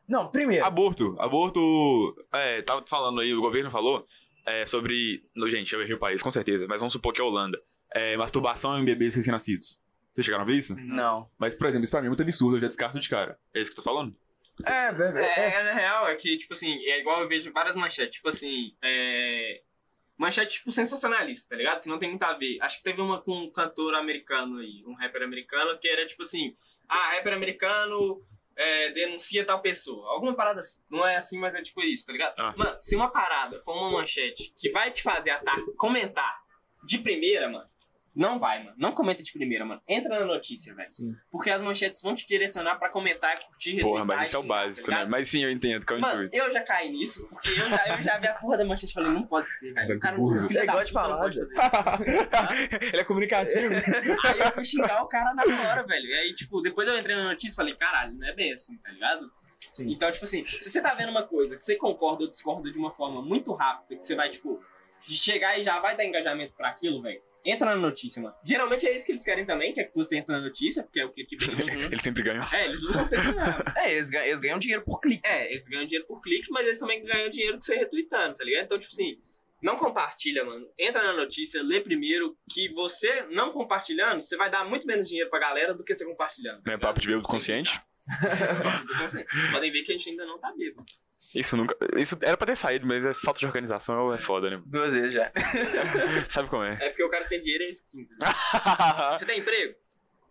Não,
é.
primeiro.
Aborto. Aborto. É, tava falando aí, o governo falou é, sobre. no, Gente, eu errei o país, com certeza, mas vamos supor que é a Holanda. É, masturbação em bebês recém-nascidos. Vocês chegaram a ver
Uhum.
isso?
Não.
Mas, por exemplo, isso pra mim é muito absurdo, eu já descarto de cara. É isso que eu tô falando?
É, é, é.
É, é, na real, é que, tipo assim, é igual eu vejo várias manchetes, tipo assim, é... Manchete, tipo, sensacionalista, tá ligado? Que não tem muito a ver. Acho que teve uma com um cantor americano aí, um rapper americano, que era, tipo assim, ah, rapper americano é, denuncia tal pessoa. Alguma parada assim. Não é assim, mas é tipo isso, tá ligado?
Ah.
Mano, se uma parada for uma manchete que vai te fazer atar, comentar de primeira, mano, não vai, mano. Não comenta de primeira, mano. Entra na notícia, velho.
Sim.
Porque as manchetes vão te direcionar pra comentar, curtir,
Porra,
retweetar,
mas isso é
xingar,
o
tá
básico,
ligado?
né? Mas sim, eu entendo, que é o
Mano,
intuito.
eu já caí nisso, porque eu já, eu já vi a porra da manchete e falei, não pode ser, velho. O cara
Burro.
filho
É
da
igual de
puta, não
falar,
pode
Zé.
fazer isso.
Ele é comunicativo.
Aí eu fui xingar o cara na hora, velho. E aí, tipo, depois eu entrei na notícia e falei, caralho, não é bem assim, tá ligado?
Sim.
Então, tipo assim, se você tá vendo uma coisa que você concorda ou discorda de uma forma muito rápida, que você vai, tipo, chegar e já vai dar engajamento pra aquilo, velho, entra na notícia, mano. Geralmente é isso que eles querem também, que é que você entra na notícia, porque é o clique
Uhum.
Ele sempre ganha. né,
É, eles usam sempre ganhar.
É, eles ganham, eles ganham dinheiro por clique.
É, eles ganham dinheiro por clique, mas eles também ganham dinheiro que você retweetando, tá ligado? Então, tipo assim, não compartilha, mano. Entra na notícia, lê primeiro, que você não compartilhando, você vai dar muito menos dinheiro pra galera do que você compartilhando. tá
Não tá. é
ligado?
papo de bêbado consciente?
Vocês Podem ver que a gente ainda não tá bêbado.
Isso nunca. Isso era pra ter saído, mas é falta de organização é foda, né?
Duas vezes já.
Sabe como é?
É porque o cara tem dinheiro e é skin. tá ligado? Você tem emprego?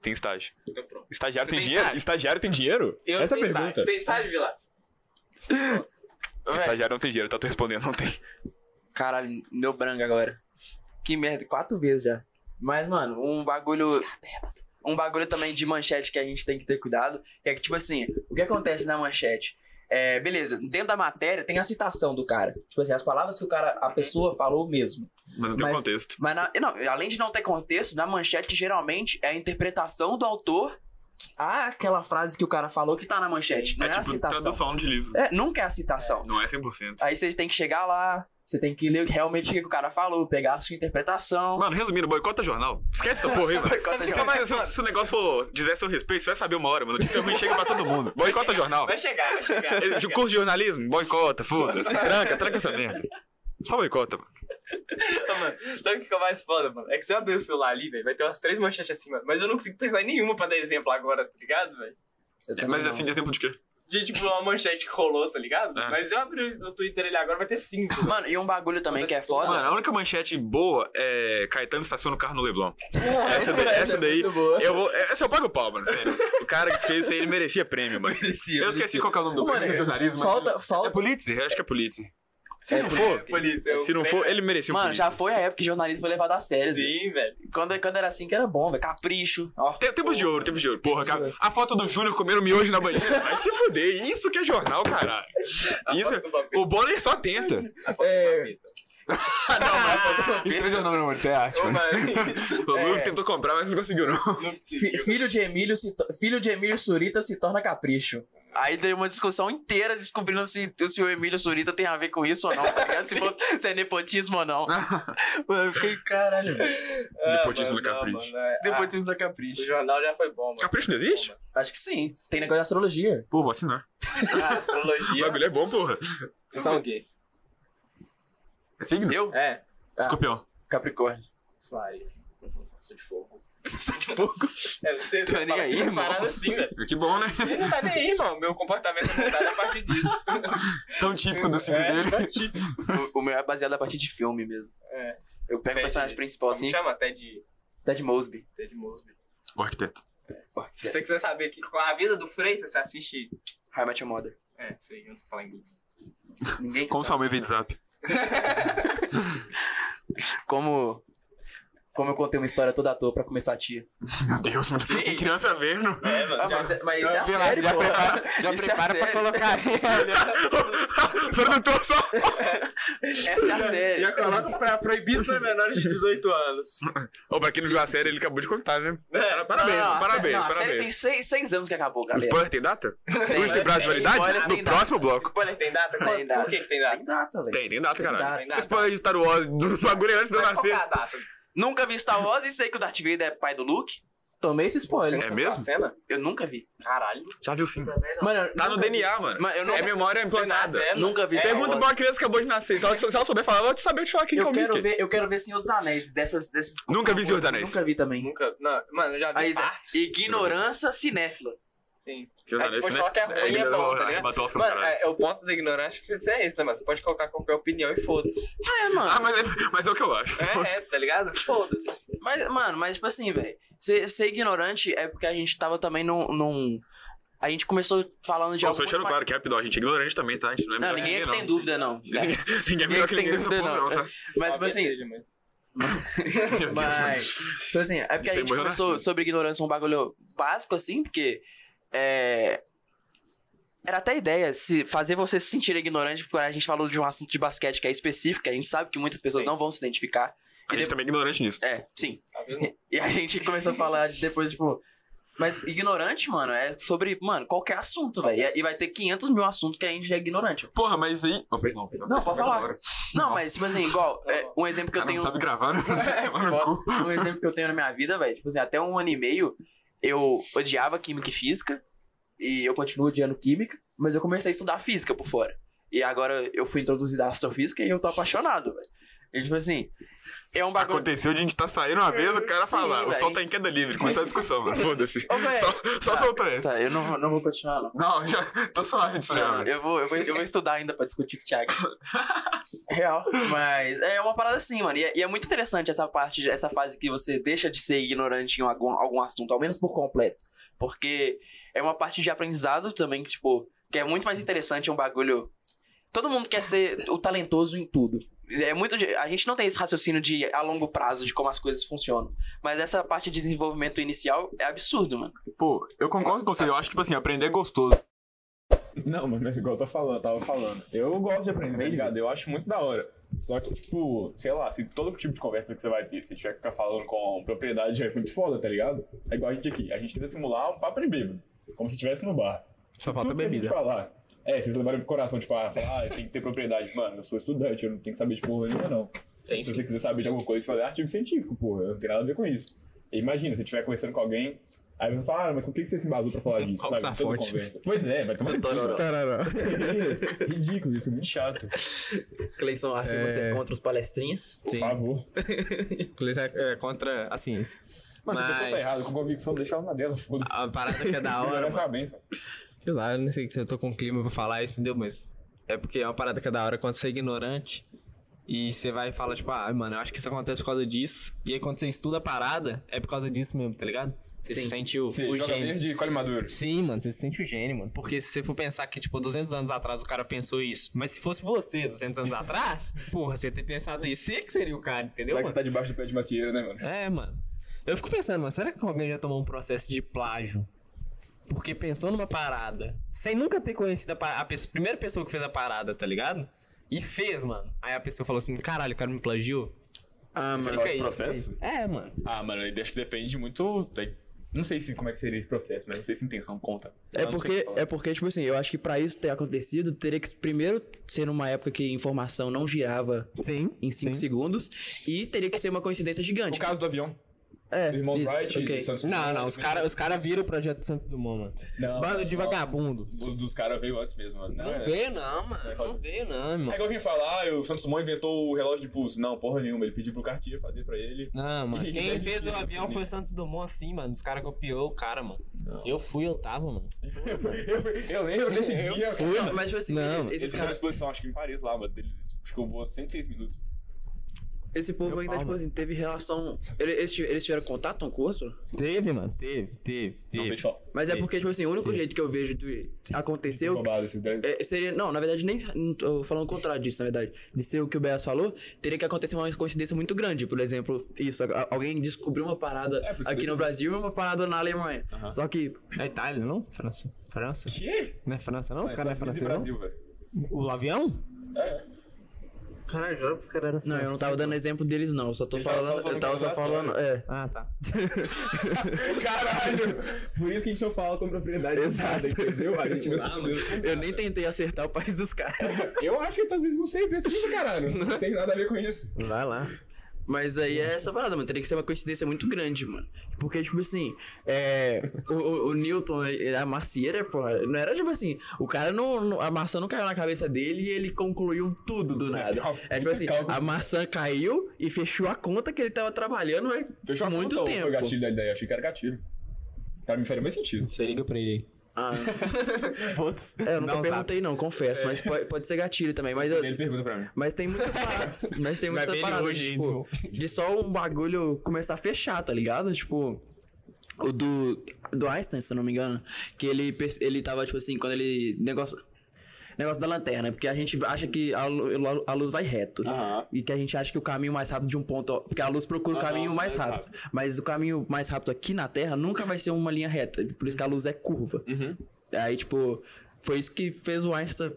tem estágio.
Então pronto.
Estagiário
Você
tem
tem
dinheiro?
estágio?
Estagiário tem dinheiro?
Eu
Essa é a
tenho
pergunta.
estágio. Tem estágio, Vilas?
O Estagiário não tem dinheiro, tá tu respondendo, não tem.
Caralho, deu branco agora. Que merda, quatro vezes já. Mas, mano, um bagulho. Um bagulho também de manchete que a gente tem que ter cuidado é que, tipo assim, o que acontece na manchete? É, beleza, dentro da matéria tem a citação do cara. Tipo assim, as palavras que o cara, a pessoa falou mesmo.
Mas não tem
Mas-
contexto.
é Mas, na- não, além de não ter contexto, na manchete geralmente é a interpretação do autor há aquela frase que o cara falou que tá na manchete. Não é,
é
a
tipo
citação.
tradução de livro.
É, nunca é a citação.
Não é 100%.
Aí você tem que chegar lá, você tem que ler realmente o que o cara falou, pegar a sua interpretação.
Mano, resumindo, boicota jornal. Esquece essa porra aí, mano.
Sabe o que
Se,
é mais-
se- se- se o negócio for dizer seu respeito, você vai saber uma hora, mano. Notícia ruim chega pra todo mundo. Boicota jornal.
Vai chegar, vai chegar. vai
Esse-
chegar.
Curso É, de jornalismo, boicota, foda-se. Tranca, tranca essa merda. Só boicota, mano.
Mano, sabe o que que é mais foda, mano? É que se eu abrir o celular ali, velho, vai ter umas três manchetes assim, mano. Mas eu não consigo pensar em nenhuma pra dar exemplo agora, tá ligado, velho?
Eu também
Mas
não.
assim, exemplo de quê?
De tipo uma manchete que rolou, tá ligado?
É.
Mas eu abri o Twitter ele agora, vai ter cinco. velho.
Mano, e um bagulho também que é foda.
Mano, a única manchete boa é Caetano estaciona o carro no Leblon. Essa daí- essa daí-
muito boa.
Eu vou. é, Essa eu pago o pau, mano. Sério. O cara que fez isso aí, ele merecia prêmio, mano. Eu esqueci qual que é o nome do
Mano,
prêmio do jornalismo. mas-
Falta,
É
falta.
Pulitzer? Eu acho que é Pulitzer. Se
É
não
Polícia,
for,
polícia,
se
eu-
não for, ele merecia um
Mano, já
Pulitzer.
foi a época que jornalismo foi levado a sério. Zé.
Sim, assim, velho.
Quando, quando era assim que era bom, velho. Capricho. Ó.
Tem- Tempos de ouro, tempos de ouro. Porra,
Tempos de
cara, a foto do Júnior comendo miojo na banheira. Vai se fuder. Isso que é jornal, caralho.
A
Isso, é-
foto do papel,
o Bonner só tenta.
a foto do
É.
papel.
Ah, não, mas a foto do- Isso não é jornal, não, mano. Isso é arte,
Ô,
mano.
mano, isso
O Luke tentou comprar, mas não conseguiu, não.
não
Fi-
conseguiu.
filho, de Emílio se to- filho de Emílio Surita se torna capricho. Aí deu uma discussão inteira descobrindo se, se o Emílio Surita tem a ver com isso ou não, tá ligado? se, for- se é nepotismo ou não. Mano, eu fiquei, caralho, velho.
Ah,
Nepotismo
mano,
do
não,
capricho.
mano, é- ah,
Nepotismo da
O
capricho.
jornal já foi bom, mano.
Capricho não existe?
Acho que sim. Tem negócio de astrologia.
Pô, vou assinar.
Ah,
O
astrologia.
bagulho é bom, porra.
Vocês são o quê?
É signo?
Eu?
É.
Escorpião.
Capricórnio.
Soares. Sou de fogo.
De fogo.
É, você
Tô nem
fala
aí,
essas
irmão.
paradas assim, velho.
Que bom, né?
Ele não tá nem aí, irmão. Meu comportamento é mudado a partir disso.
Tão típico do signo
É,
dele.
tá típico.
O, o meu é baseado a partir de filme mesmo.
É.
Eu pego o personagem principal
Me
assim,
chama até de
Ted Mosby.
Ted Mosby.
O arquiteto.
Se você quiser saber que com a vida do Freitas, você assiste...
How I Met Your Mother.
É, sei, eu não sei falar inglês.
Ninguém
Como
sabe.
sua mãe vem de zap?
Como, como eu contei uma história toda à toa pra começar a tia.
Meu Deus, mano. Tem criança vendo.
É, mano.
mas, mas
isso é a série, pô.
já prepara pra
colocar
tá
Produtor só.
Essa é a série.
Já coloca pra proibido para menores de 18 anos.
Ô, pra quem não viu a série, ele acabou de contar, né? Cara, Parabéns,
Não, não, a série-
parabéns,
não, a série
parabéns.
tem seis, seis anos que acabou,
O
galera.
spoiler Tá tem data?
Tem,
Duas temporadas de
tem spoiler,
validade?
tem
No
data.
próximo bloco.
Spoiler tem data?
Tem
Qual-
data.
Por que que tem
Tem
data?
data, velho.
Tem, tem data,
Tem
caralho.
data.
Tem data.
Spoiler de Star Wars, do bagulho antes de eu
Mas qual que é
nascer.
a data?
Nunca vi Star Wars e sei que o Darth Vader é pai do Luke. Tomei esse
Você
spoiler.
nunca
É
viu
mesmo?
a Cena?
Eu nunca vi.
Caralho.
Já viu sim.
Mano, eu
Tá no
nunca vi.
DNA, mano.
Mas eu não-
É memória
Você
implantada.
nasce, é, mano?
Nunca vi.
É,
Star
Pergunta
Wars.
pra uma criança que acabou de nascer. Se ela, se ela souber falar, ela vai te saber eu te falar quem
Eu
comic
quero,
é.
ver, eu quero ver Senhor dos Anéis, dessas... dessas
Nunca vi Senhor dos Anéis.
Nunca vi também.
Nunca. Não, mano, eu já vi
Aí, Zé,
partes.
ignorância cinéfila.
Sim.
Senhor dos
Aí você
Anéis,
pode
né?
falar que é ruim e é
ele
bom, tá ligado?
arrebatou o Oscar,
Mano,
caralho.
é, o ponto da ignorância acho que isso é isso, né, mano? Você pode colocar qualquer opinião e foda-se.
É, mano.
Ah, mas é, mas é o que eu acho.
É, é, tá ligado? Foda-se.
Mas, mano, mas tipo assim, velho, ser, ser ignorante é porque a gente tava também num. num- A gente começou falando de
Pô,
algo
só deixando
muito
claro que é rapidão, a gente é ignorante também, tá? A gente não é
mais-
melhor
Não, ninguém aqui tem dúvida, não. É.
Ninguém é melhor que
Ninguém
ninguém
tem
nessa
dúvida,
porra, não, tá?
Mas, tipo
Talvez
assim,
seja, mano.
Meu Deus, mano.
mas. Tipo assim, é porque
Isso
a
aí
gente
morreu na
começou
sua.
sobre ignorância um bagulho básico, assim, porque. É. Era até a ideia, se fazer você se sentir ignorante, porque a gente falou de um assunto de basquete que é específico, que a gente sabe que muitas pessoas
Sim.
não vão se identificar.
A gente também é ignorante nisso.
É, sim.
Talvez não.
E a gente começou a falar de- depois, tipo. Mas ignorante, mano, é sobre, mano, qualquer assunto, velho. E vai ter 500 mil assuntos que a gente é ignorante.
Porra, mas aí. Oh, perdão, perdão.
Não, pode
Vai
falar.
embora.
Não, mas, tipo assim, igual, é, um exemplo que eu
Cara,
tenho.
não sabe gravar, né? Tomar no cu.
Um exemplo que eu tenho na minha vida, velho. Tipo assim, até um ano e meio eu odiava química e física. E eu continuo odiando química. Mas eu comecei a estudar física por fora. E agora eu fui introduzido à astrofísica e eu tô apaixonado, velho. E tipo assim, é um bagulho.
Aconteceu de a gente tá saindo uma vez, o cara
Sim,
falar, o
velho.
sol tá em queda livre, começou a discussão, mano. Foda-se.
Ô, velho.
Só, só soltou essa.
Tá, eu não, não vou continuar, não.
Não, já tô suave disso já,
Não,
mano.
eu, vou, eu, vou, eu vou estudar ainda pra discutir com o Thiago. Real. Mas é uma parada assim, mano. E é, e é muito interessante essa parte, essa fase que você deixa de ser ignorante em algum, algum assunto, ao menos por completo. Porque é uma parte de aprendizado também, que, tipo, que é muito mais interessante é um bagulho. Todo mundo quer ser o talentoso em tudo. É muito de- a gente não tem esse raciocínio de a longo prazo de como as coisas funcionam. Mas essa parte de desenvolvimento inicial é absurdo, mano.
Pô, eu concordo com você, eu acho que, tipo assim, aprender é gostoso. é
Não, mano, mas igual eu tô falando, eu tava falando. Eu gosto de aprender, tá ligado? Eu acho muito da hora.
Só que, tipo, sei lá, se todo tipo de conversa que você vai ter, se tiver que ficar falando com propriedade, é muito foda, tá ligado? É igual a gente aqui. A gente tenta simular um papo de bêbado, como se estivesse no bar.
Só falta
Tudo que a gente
bebida.
falar. É, vocês levaram pro coração, tipo, ah, falar, ah, tem que ter propriedade. Mano, eu sou estudante, eu não tenho que saber de porra nenhuma, não.
Tem
Se você quiser saber de alguma coisa, você vai ler artigo científico, porra. Eu não tenho nada a ver com isso. E imagina, se eu estiver conversando com alguém, aí você fala, ah, mas com que você se basou pra falar disso?
Qual
Sabe,
que é a
em toda
fonte?
conversa. Pois é, vai tomar.
Tororó.
Tarará.
Ridículo isso, é muito chato.
Cleison afirma
É.
ser contra os palestrinhas.
Por
Sim.
favor.
Cleiton é contra a ciência.
Mano, se a pessoa tá
Mas-
errada com convicção, deixa ela na dela, foda-se.
A parada que é da hora,
Ela
mano.
é uma benção.
Sei lá, eu não sei se eu tô com clima pra falar isso, entendeu? Mas é porque é uma parada que é da hora quando você é ignorante e você vai e fala, tipo, ah, mano, eu acho que isso acontece por causa disso. E aí quando você estuda a parada, é por causa disso mesmo, tá ligado? Você se sente o,
Sim,
o
joga
gênio.
verde e colhe maduro.
Sim, mano, você se sente o gênio, mano. Porque se você for pensar que, tipo, 200 anos atrás o cara pensou isso, mas se fosse você 200 anos atrás, porra, você ia ter pensado isso, você é que seria o cara, entendeu,
Será que
mano?
você tá debaixo do pé de macieira, né, mano?
É, mano. Eu fico pensando, mano, será que alguém já tomou um processo de plágio? Porque pensou numa parada, sem nunca ter conhecido a, pa- a pessoa- primeira pessoa que fez a parada, tá ligado? E fez, mano. Aí a pessoa falou assim, caralho, o cara me plagiou.
Ah, mano.
Qual é o processo?
É, mano.
Ah, mano, eu acho que depende muito. da- Não sei se como é que seria esse processo, mas não sei se intenção conta.
É
Eu não sei
porque,
falar.
é porque, tipo assim, eu acho que pra isso ter acontecido, teria que primeiro ser numa época que informação não girava
Sim.
em 5
Sim.
segundos e teria que ser uma coincidência
O
gigante.
caso do avião.
É,
Os irmãos
isso,
Wright
ok.
e Santos
Não,
Dumont.
não, os caras os cara viram o projeto de Santos Dumont, mano.
Não,
Bando de
não.
vagabundo.
O dos caras veio antes mesmo, mano. Não,
Não
é.
veio, não, mano. Não veio, não,
É
mano.
igual quem fala, ah, o Santos Dumont inventou o relógio de pulso. Não, porra nenhuma. Ele pediu pro Cartier fazer pra ele.
Não, mano.
Ih,
Quem
velho,
fez o
mentira,
avião foi o Santos Dumont, assim, mano. Os caras copiou o cara, mano.
Não.
Eu fui, eu tava, mano.
Eu lembro desse dia. Eu
fui,
Mas, tipo assim,
Não,
esse,
Eles fizeram uma exposição, acho que em Paris lá, mano. Eles ficou boa 106 minutos.
esse povo
Meu
ainda,
pau,
tipo assim, teve relação. Ele- Eles, tive- eles tiveram contato um com o outro?
Teve, mano. Teve, teve,
Não,
teve.
fechou.
Mas é
Sim.
porque, tipo assim, o único
Sim.
jeito que eu vejo de acontecer o-
Roubado esses 10.
é, seria. Não, na verdade, nem. não Tô falando o contrário disso, na verdade. De ser o que o Beas falou, teria que acontecer uma coincidência muito grande. Por exemplo, isso. a- Alguém descobriu uma parada
É, por isso que
aqui no
eu-
Brasil e uma parada na Alemanha.
Aham.
Só que.
É Itália, não? França. França?
Que?
Não é França, não? Os caras não é francês, não?
Brasil, velho.
O avião?
É.
Caralho, juro que os caras eram
Não, eu não tava dando exemplo deles, não. Eu só tô
Ele tava só
falando.
falando
Eu tava
que era
só falando. É.
Ah, tá.
Caralho! Por isso que a gente não fala com propriedade exata, entendeu? A gente não
Ah,
se
Eu nem tentei acertar o país dos caras.
Eu acho que os Estados Unidos não sei pesquisa, caralho. Não tem nada a ver com isso.
Vai lá.
Mas aí é essa parada, mano. Teria que ser uma coincidência muito grande, mano. Porque, tipo assim, é. O, o, o Newton, ele- a macieira, porra, não era tipo assim. O cara não, não- A maçã não caiu na cabeça dele e ele concluiu tudo do nada. É tipo assim, a maçã caiu e fechou a conta que ele tava trabalhando há
Fechou a
muito
conta ou Então, Foi
tempo.
o gatilho da ideia, achei que era gatilho. Cara, me faria mais sentido.
Você liga pra ele
Ah,
aí. Foda-se.
é, eu
Dá
nunca
um
perguntei, não, É. confesso. Mas pode, pode ser gatilho também. Mas, eu-
Ele pergunta pra mim.
mas tem muita parada. Mas tem muita
ver ele
parada.
hoje,
tipo,
então.
De só o bagulho começar a fechar, tá ligado? Tipo. O do. Do Einstein, se eu não me engano. Que ele, perce- ele tava, tipo assim, quando ele. Negócio. Negócio da lanterna, porque a gente acha que a, lu- a lu- a luz vai reto.
Aham.
E que a gente acha que o caminho mais rápido de um ponto. ao- Porque a luz procura o
Aham,
caminho mais
mais
rápido. Mas o caminho mais rápido aqui na Terra nunca vai ser uma linha reta. Por isso que a luz é curva.
Uhum.
Aí, tipo, foi isso que fez o Einstein,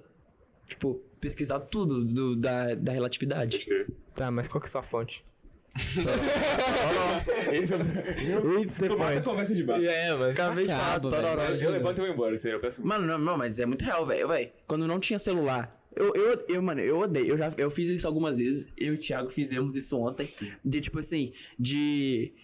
tipo, pesquisar tudo do- da, da relatividade.
Tá, mas qual que é a sua fonte?
Tô mais conversa de bar.
É, mano.
Acabei de falar, tororó.
Eu levanto e vou embora, sério. Eu peço
Mano, não, não, mas é muito real, velho, velho. Quando não tinha celular. Eu, eu, eu, mano, eu odeio. Eu já eu fiz isso algumas vezes. Eu e o Thiago fizemos isso ontem. De, tipo assim, de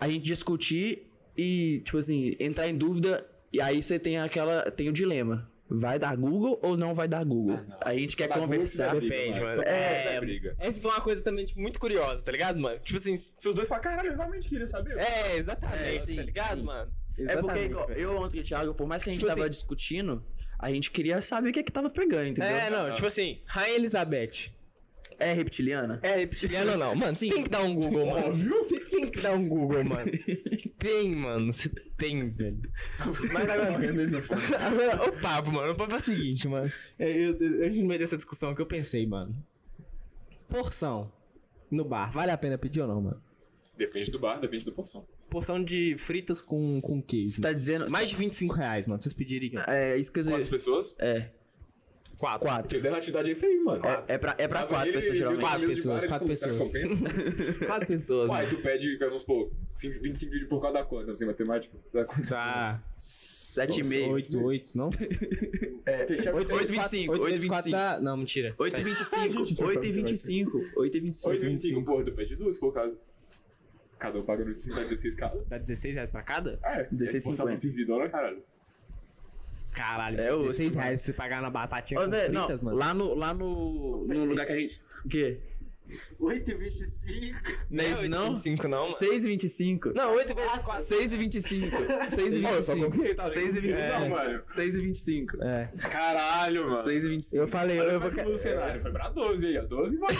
a gente discutir e, tipo assim, entrar em dúvida. E aí você tem aquela. Tem o dilema. Vai dar Google ou não vai dar
Ah,
Google? aí a gente quer conversar.
depende, mano.
É,
É,
briga.
Essa foi uma coisa também, tipo, muito curiosa, tá ligado, mano? Tipo assim...
Se os dois falam, caralho, eu realmente queria saber.
É, exatamente,
É, sim,
tá ligado, mano?
É porque igual, eu ontem e o Thiago, por mais que a gente
Tipo
tava
assim-
discutindo, a gente queria saber o que é que tava pegando, entendeu?
É,
É,
não, tipo assim, Rainha Elizabeth.
reptiliana?
É, reptiliano ou não? Mano, tem que dar um Google, mano. Você tem que dar um Google, mano. Tem, mano. Você tem, velho. Mas agora... agora, o papo, mano. O papo é o seguinte, mano. É, Eu, eu, antes de meio dessa discussão é o que eu pensei, mano. Porção no bar, vale a pena pedir ou não, mano?
Depende do bar, depende da porção.
Porção de fritas com, com queijo.
Você tá dizendo.
Mais de 25 reais, mano. Vocês pediriam.
É, isso que eu ia dizer.
pessoas?
É.
Quatro.
Quatro.
Porque atividade é isso aí, mano. Quatro.
É, é pra, é pra
Tava
quatro
ele
pessoas,
e o
geralmente.
Quatro
Danilo de
pessoas,
Vara,
quatro
tipo, cara,
pessoas.
compensa.
Quatro pessoas, né?
Uai, tu pede, vamos supor, 5, 25 dividido por causa da conta, não sei, matemática. Da conta.
Tá.
Sete e meio.
Oito, oito, não?
Oito,
Fechar
oito,
vezes
e
quatro-
vinte e cinco.
É,
Oito, e
oito vezes
vinte e
quatro
cinco.
dá... Não, mentira.
Oito e vinte e cinco. Oito e vinte e cinco. Oito e vinte e cinco.
8,25, porra, tu pede duas por causa. Cada um pagando 56 cada.
Dá 16 reais pra cada?
Ah, é.
16,50.
Passar pro servidor, caralho.
Caralho,
É osso,
16
mano.
reais se pagar na batatinha
Ô
com
Zé, não,
fritas, mano.
lá no, lá no, no lugar que a gente... O quê?
8,25.
Não é isso não? Ah,
25 não, mano.
6,25.
Não, 8 vezes 4. 6 e 25. 6 e 25.
Porque tá
6 e 25.
Não, mano.
6,25.
É.
Caralho, mano.
6,25.
Eu falei, eu vou...
Vai pro cenário, foi pra 12 aí, ó. 12 vai.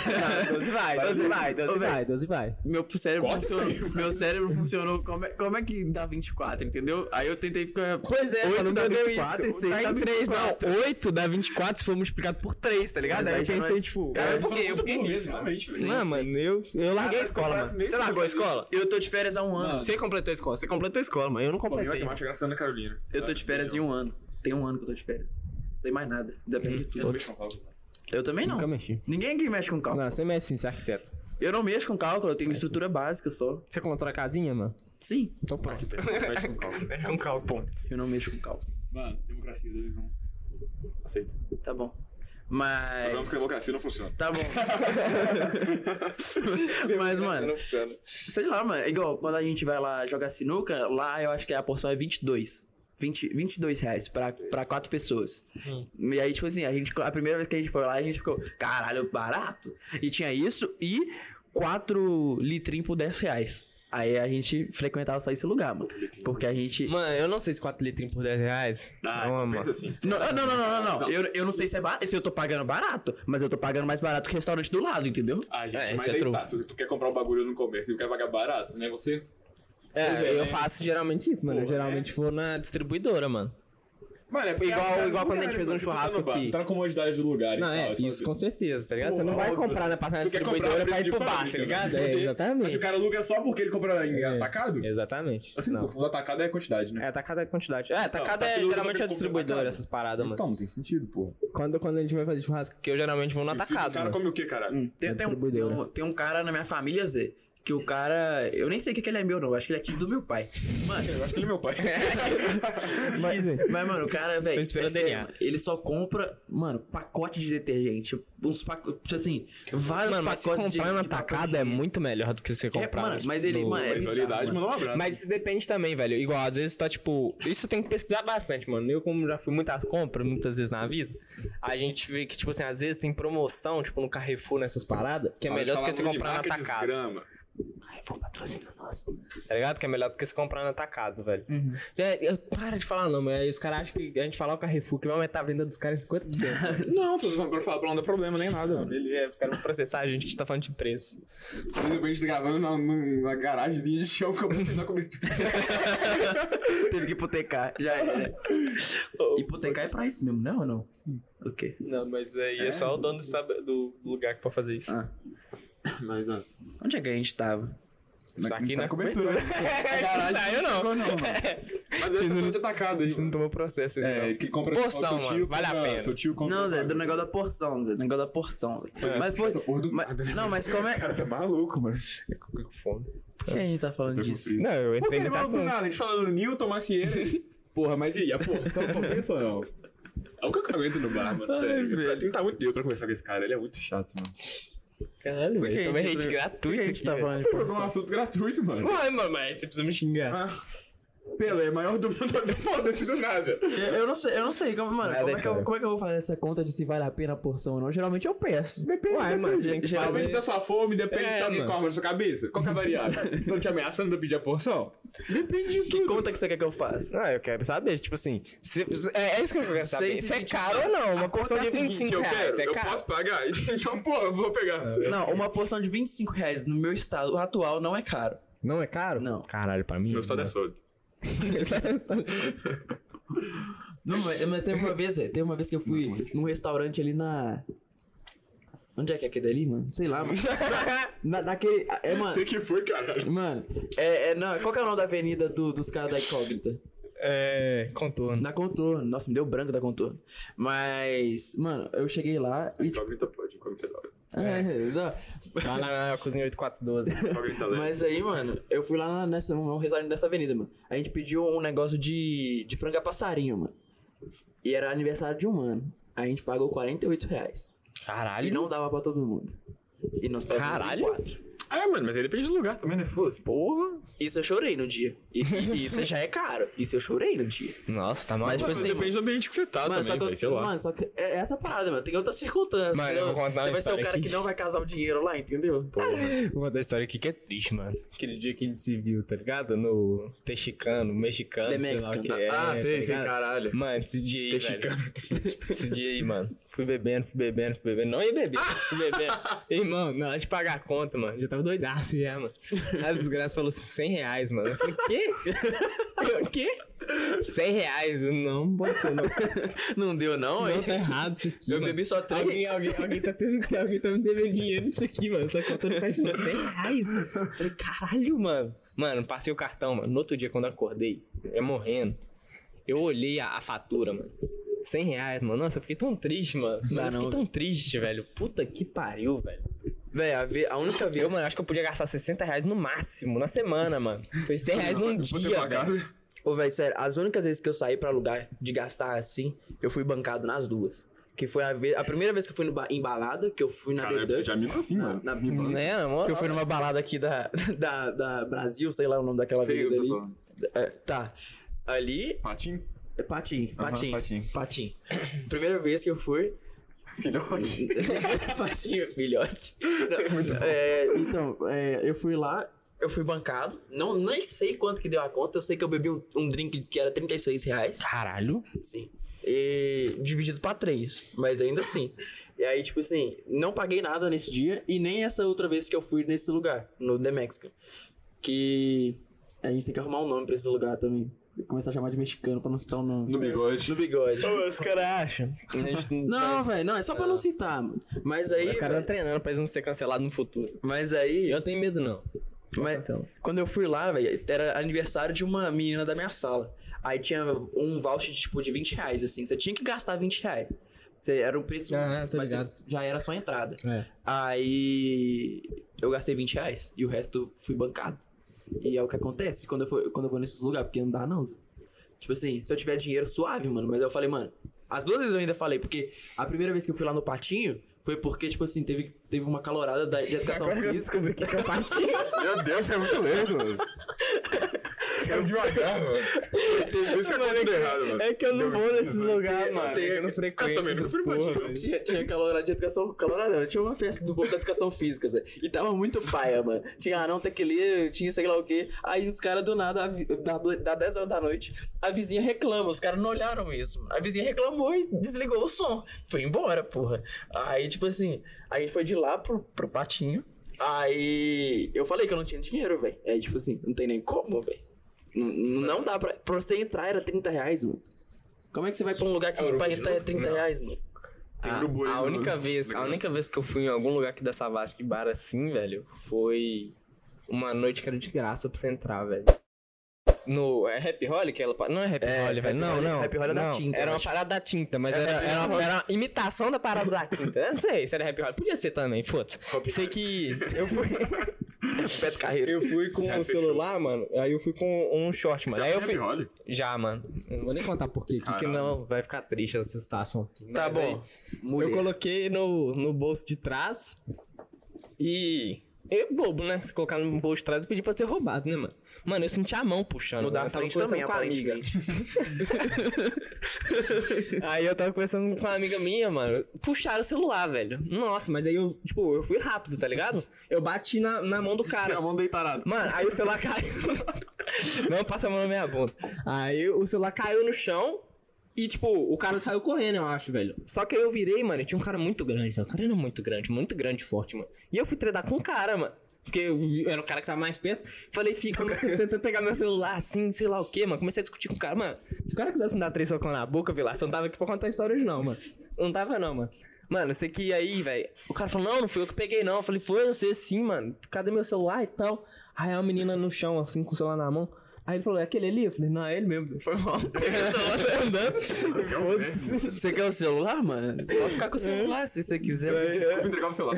12 vai, 12 vai, 12 vai.
12 vai.
Meu cérebro,
Corta isso
funcionou, meu cérebro funcionou. Como é, como é que dá 24, entendeu? Aí eu tentei ficar.
Pois é,
Oito
mano,
dá
não deu
24 e
isso.
seis
Tá
dá
em três,
24.
não. 8 dá 24 se for multiplicado por 3, tá ligado?
Mas
Aí
aí
eu
já não é-
pensei, tipo...
Cara,
cara,
eu fiquei, um eu fiquei nisso.
Realmente, velho.
Sim,
Não,
sim.
mano, eu, eu larguei a escola, mano.
Você largou a escola? Eu tô de férias há um ano.
Você completou a escola, você completou a escola, mano. Eu não
Pô, minha
completei.
matemática era Santa Carolina.
Eu tô de férias em um ano. Tem um ano que eu tô de férias. Não sei mais nada. Depende de
Eu
tudo.
também não falo.
Eu também não.
Nunca mexi.
Ninguém aqui mexe com cálculo.
Não, você mexe sim, você é arquiteto.
Eu não mexo com cálculo, eu tenho estrutura básica só.
Você controla a casinha, mano?
Sim,
Então pronto.
Mexe com cálculo.
É um carro, ponto.
eu não mexo com cálculo.
Mano, democracia um. 2 1. Aceito.
Tá bom.
Vamos que a
Mas.
democracia não funciona.
Tá bom. Mas, mano,
Não funciona.
Sei lá, mano. é Igual, quando a gente vai lá jogar sinuca, lá eu acho que a porção é 22. 20, 22 reais pra, pra quatro pessoas. E aí, tipo assim, a, gente, a primeira vez que a gente foi lá, a gente ficou, caralho, barato. E tinha isso e quatro litrinhos por 10 reais. Aí a gente frequentava só esse lugar, mano. Porque a gente.
Mano, eu não sei se 4 litrinhos por 10 reais.
Ah,
não,
então
mano.
pensa assim.
Não, não, não, não, não, não. Eu, eu não sei se é barato, se eu tô pagando barato, mas eu tô pagando mais barato que o restaurante do lado, entendeu?
Ah, gente,
É,
mas
isso é
aí
true.
tá. Se tu quer comprar um bagulho no comércio e quer pagar barato, né? Você.
É, eu
né?
faço geralmente isso, mano. eu
Porra, é.
geralmente vou na distribuidora, mano.
Mano, é porque
Igual-
é a casa
igual
do
quando a
lugar,
gente fez um
né? Tu tá
churrasco
no bar,
aqui.
Tá na comodidade do lugar
Não,
e
é,
tal, sabe?
isso com certeza, tá ligado?
Pô,
Você não vai
óbvio.
comprar na passagem
Tu
da
quer comprar
distribuidora
um
pra ir
preço
pro
de
bar, tá
fábrica,
ligado?
né?
É,
Fuder. Mas o
exatamente.
cara aluga só porque ele compra em
É.
atacado?
Exatamente.
Assim,
não.
o fundo atacado é a quantidade, né?
É, atacada é quantidade. É, atacada
tá
é
tudo
geralmente a
comprado.
distribuidora, essas paradas, mano.
Então, não tem sentido, porra.
Quando, quando a gente vai fazer churrasco, que eu geralmente vou no
E fica- O
atacado.
cara Hum,
mano.
come o quê, caralho?
Tem,
Da
tem, um,
distribuidora.
tem um- tem um cara na minha família, Zé, que o cara. Eu nem sei o que, que ele é meu, não. eu Acho que ele é tio do meu pai. Mano,
Eu acho que ele é meu pai.
mas, mas, mano, o cara, velho.
Tô esperando
é sério,
DNA.
mano, Ele só compra, mano, pacote de detergente. Uns pacotes. Assim, vários
Mano, mas se
pacotes de.
comprar no
de papel
atacado é
higiênico.
muito melhor do que você
É,
comprar. tipo,
mano, mas ele,
no-
mano, é
Mas
bizarro,
validade,
mano.
mandou um abraço.
Mas isso depende também, velho. Igual, às vezes tá tipo. Isso tem que pesquisar bastante, mano. Eu, como já fui muitas compras, muitas vezes na vida, a gente vê que, tipo assim, às vezes tem promoção, tipo, no Carrefour, nessas paradas, que é
Para de
melhor do
falar
que você
muito de
comprar no
marca,
atacado.
desgrama.
Carrefour patrocina nós. Tá ligado? Que é melhor do que você comprar no atacado, velho. É, eu- para de falar, não, mas aí os caras acham que a gente falar o Carrefour que vai aumentar a venda dos caras em 50%. velho.
Não, vocês vão pra falar pra não dar problema né? nem nada.
Ele é, os caras vão processar a gente que tá falando de preço.
Depois a gente tá gravando na, na garagemzinha de chão que eu vou tentar comer tudo.
Teve que hipotecar. Já era. hipotecar é pra isso mesmo, não ou não? Sim. Ok.
Não, mas aí é, só o dono do, sab- do lugar que pode fazer isso.
Ah,
Mas, ó.
onde é que a gente tava?
Isso aqui na
é cobertura. né?
Não saiu, não.
Não, não, mano. Mas é muito atacado aí.
Isso não tomou processo ainda, não.
É, que compra
Porção,
seu
mano, vale a
compra-
pena.
Seu tio compra.
Não, Zé, do negócio da porção, Zé. Do negócio da porção, velho. Mas, pô.
Essa porra do
mas-
nada, né?
não, mas como é.
Cara, tá maluco, mano.
Fico com fome.
Por que a gente tá falando disso?
Não, eu
Pô,
entrei
ele
nesse
maluco do
assunto.
nada, a gente falando Newton, Macieira. Porra, mas e aí? A porção compensa ou não? É o que eu aguento no bar, mano, sério. Pra tentar muito tempo pra conversar com esse cara, ele é muito chato, mano.
Caralho,
Por que a
velho. Tomei
gente-
hate
Por que
gratuito
a gente
aqui,
tá
velho.
falando de
Tu jogou um
porção?
assunto gratuito, mano.
Uai, mano, mas você precisa me xingar.
Pelé, é maior do mundo, foda-se do nada.
Eu eu não sei, eu não sei, como, mano, como
Nada é
é, que eu,
história.
como é que eu vou fazer essa conta de se vale a pena a porção ou não? Geralmente eu peço.
Depende.
Uai, mano, você tem que
Geralmente
Depende
fazer...
da sua fome, depende
É,
de alguém
mano.
com a arma na sua cabeça. Qual que é a variável? Estão te ameaçando pra pedir a porção? Depende de
Que conta que você quer que eu faça?
Ah, eu quero saber, tipo assim, se- é, é isso que eu quero saber.
Seis e
Se é
vinte e
caro ou não, uma porção de 25
eu
reais,
quero,
é
eu
caro.
posso pagar? Então, pô, eu vou pegar.
Não, uma porção de 25 reais no meu estado atual não é caro.
Não é caro?
Não.
Caralho, pra mim... né?
Meu estado é solto.
Não, mas, mas teve uma vez, velho, teve uma vez que eu fui num restaurante ali na... Onde é que é aquele ali, mano? Sei lá, mano. Na, naquele... É, mano...
Sei que foi, cara.
Mano, é, é, não, qual que é o nome da avenida do- dos caras da incógnita?
É. Contorno.
Na contorno. Nossa, me deu branco da contorno. Mas, mano, eu cheguei lá e. tipo,
Incógnita pode, incógnita dói.
é, dá-
Lá na, na cozinha 8412.
Incógnita leve.
Mas aí, mano, eu fui lá nessa, um restaurante dessa avenida, mano. A gente pediu um negócio de, de franga passarinho, mano. E era aniversário de um ano. A gente pagou 48 reais. E
Caralho.
não dava pra todo mundo. E nós tava em
Caralho.
quatro.
Ah, é, mano, mas aí depende do lugar também, né? Foda-se. Porra.
Isso eu chorei no dia. E, e isso já é caro. Isso eu chorei no dia.
Nossa, tá mal.
Mas, tipo
Mas
assim,
depende do ambiente que você tá
mano, só
também,
que eu-
velho, sei lá.
mano, só que é essa parada, mano. Tem outras circunstâncias.
Mano, eu vou
entendeu?
contar uma
Você vai ser o
história
cara
aqui.
que não vai casar o dinheiro lá, entendeu?
Vou contar a história aqui que é triste, mano. Aquele dia que a gente se viu, tá ligado? No texicano, mexicano,
The
sei lá o
Mexican.
que é.
Ah,
tá
sei, sei,
ligado?
caralho.
Mano, esse dia aí,
Texicano.
velho. Esse dia aí, mano. Fui bebendo, fui bebendo, fui bebendo. Não ia beber, fui bebendo. Irmão, na hora de pagar a conta, mano, já tava doidaço já, mano. A desgraça falou assim, 100 reais, mano. Eu falei, quê? Eu, quê? 100 reais? Eu, Não, pode ser, não.
Não deu, não,
Não, tá errado isso aqui,
Eu
mano.
bebi só três.
Alguém, alguém, alguém, tá tendo, alguém tá me devendo dinheiro nisso aqui, mano. Só que eu tô fechando 100 reais. Eu Falei, caralho, mano. Mano, passei o cartão, mano. No outro dia, quando eu acordei, é morrendo. Eu olhei a, a fatura, mano. 100 reais, mano. Nossa, eu fiquei tão triste, mano. Mano,
Dá
eu fiquei
não,
tão triste, velho. Puta que pariu, velho.
Véi, a, ve- a única vez.
Eu, mano, acho que eu podia gastar 60 reais no máximo, na semana, mano. Foi 100 reais num dia, velho.
É,
Ô, velho, sério, as únicas vezes que eu saí pra lugar de gastar assim, eu fui bancado nas duas. Que foi a, ve- a primeira vez que eu fui no ba- em balada, que eu fui na
Caralho,
The
você
Duck.
já me assim, mano.
Na,
Né, na moral.
que eu fui numa balada aqui da, da, da Brasil, sei lá o nome daquela
Sei o
avenida
que você
ali.
tá falando.
É, tá. Ali.
Patinho?
é Patim,
Aham,
Patim.
Patim.
Patim. Primeira vez que eu fui.
Filhote.
Patinho, filhote. Não, é, então, é, eu fui lá, eu fui bancado. Não, nem sei quanto que deu a conta. Eu sei que eu bebi um, um drink que era 36 reais.
Caralho.
Sim. E dividido pra três, mas ainda assim. E aí, tipo assim, não paguei nada nesse dia e nem essa outra vez que eu fui nesse lugar, no The Mexican. Que a gente tem que arrumar um nome pra esse lugar também. Começar a chamar de mexicano pra não citar o nome.
No bigode.
No bigode.
Os caras acham.
Não, velho, não, é só pra não citar, mano. Mas aí.
Os caras
velho,
estão treinando pra eles não ser cancelados no futuro.
Mas aí.
Eu não tenho medo, não.
Mas quando eu fui lá, velho, era aniversário de uma menina da minha sala. Aí tinha um voucher de, tipo de 20 reais, assim. Você tinha que gastar 20 reais. Você, era o preço.
Ah, tô
mas
ligado.
já era só a entrada.
É.
Aí eu gastei 20 reais e o resto fui bancado. E é o que acontece quando eu, for, quando eu vou nesses lugares, porque não dá, não. Zé. Tipo assim, se eu tiver dinheiro suave, mano. Mas eu falei, mano. As duas vezes eu ainda falei, porque a primeira vez que eu fui lá no Patinho foi porque, tipo assim, teve, teve uma calorada da, de educação física.
é
Meu Deus, é muito lento, mano. Quero devagar, mano. Tem isso que eu tudo errado, mano. É
É que eu não vou nesses lugares, mano. É
tem-
eu não frequento.
né? Eu também não
essas
frequento,
porra,
não.
velho.
Tinha, tinha calorada de educação. Calorada, não, tinha uma festa do povo da educação física, Zé. E tava muito paia, mano. Tinha anão, tequeleiro, tinha sei lá o quê. Aí os caras do nada, a vi- da, do- da 10 horas da noite, a vizinha reclama. Os caras não olharam mesmo. A vizinha reclamou e desligou o som. Foi embora, porra. Aí, tipo assim, a gente foi de lá pro, pro patinho. Aí eu falei que eu não tinha dinheiro, velho. É tipo assim, não tem nem como, velho. N- Não dá pra. Pra você entrar era 30 reais, mano. Como é que você vai pra um lugar que pra entrar é 30 reais, mano?
Tem
A-
urubu aí
Ah, a,
no-
única vez, a
negócio.
única vez que eu fui em algum lugar aqui da Savassi de bar assim, velho, foi uma noite que era de graça pra você entrar, velho. No, é Happy Holly que ela... pa- Não é Happy
É,
Holly, velho.
Happy
Não,
Holly-
não.
Happy Holly é da
não.
tinta,
Era
eu
uma
acho.
parada da tinta,
É
mas era, era, uma, era uma imitação da parada da tinta. Eu não sei se era Happy Holly. Podia ser também, foda-se. Sei que eu fui...
Beto Carreiro.
Eu fui com o celular, mano. Aí eu fui com um short, mano.
Já
aí eu
foi
fui.
Happy Holly?
Já, mano. Eu não vou nem contar por quê. que Que
Caralho.
não vai ficar triste essa situação aqui.
Tá
Mas
bom.
aí, eu coloquei no, no bolso de trás. E. Eu bobo, né? Se colocar no bolso de trás e pedir pra ser roubado, né, mano? Mano, eu senti a mão puxando.
No da
eu tava
frente também,
conversando com a amiga.
aparentemente.
Aí eu tava conversando com uma amiga minha, mano. Puxaram o celular, velho. Nossa, mas aí eu, tipo, eu fui rápido, tá ligado? Eu bati na, na mão do cara.
Tira a mão daí, tarado.
Mano, aí o celular caiu. Não passa a mão na minha bunda. Aí o celular caiu no chão e, tipo, o cara saiu correndo, eu acho, velho. Só que aí eu virei, mano, e tinha um cara muito grande. mano. O cara era muito grande, muito grande e forte, mano. E eu fui treinar com o cara, mano. Porque eu vi- era o cara que tava mais perto. Falei, fica, eu comecei tentando pegar meu celular assim, sei lá o quê, mano. Comecei a discutir com o cara, mano. Se o cara quisesse me dar três socos na boca, Vilar, você não tava aqui pra contar história hoje, não, mano. Não tava, não, mano. Mano, eu sei que aí, velho. O cara falou, não, não fui eu que peguei, não. Eu falei, foi você sim, mano. Cadê meu celular e tal? Aí a menina no chão, assim, com o celular na mão. Aí ele falou, é aquele ali? Eu falei, não, é ele mesmo. Foi mal.
tá Você quer o celular, mano? Você pode ficar
É.
com o celular se você quiser.
Desculpa entregar o celular.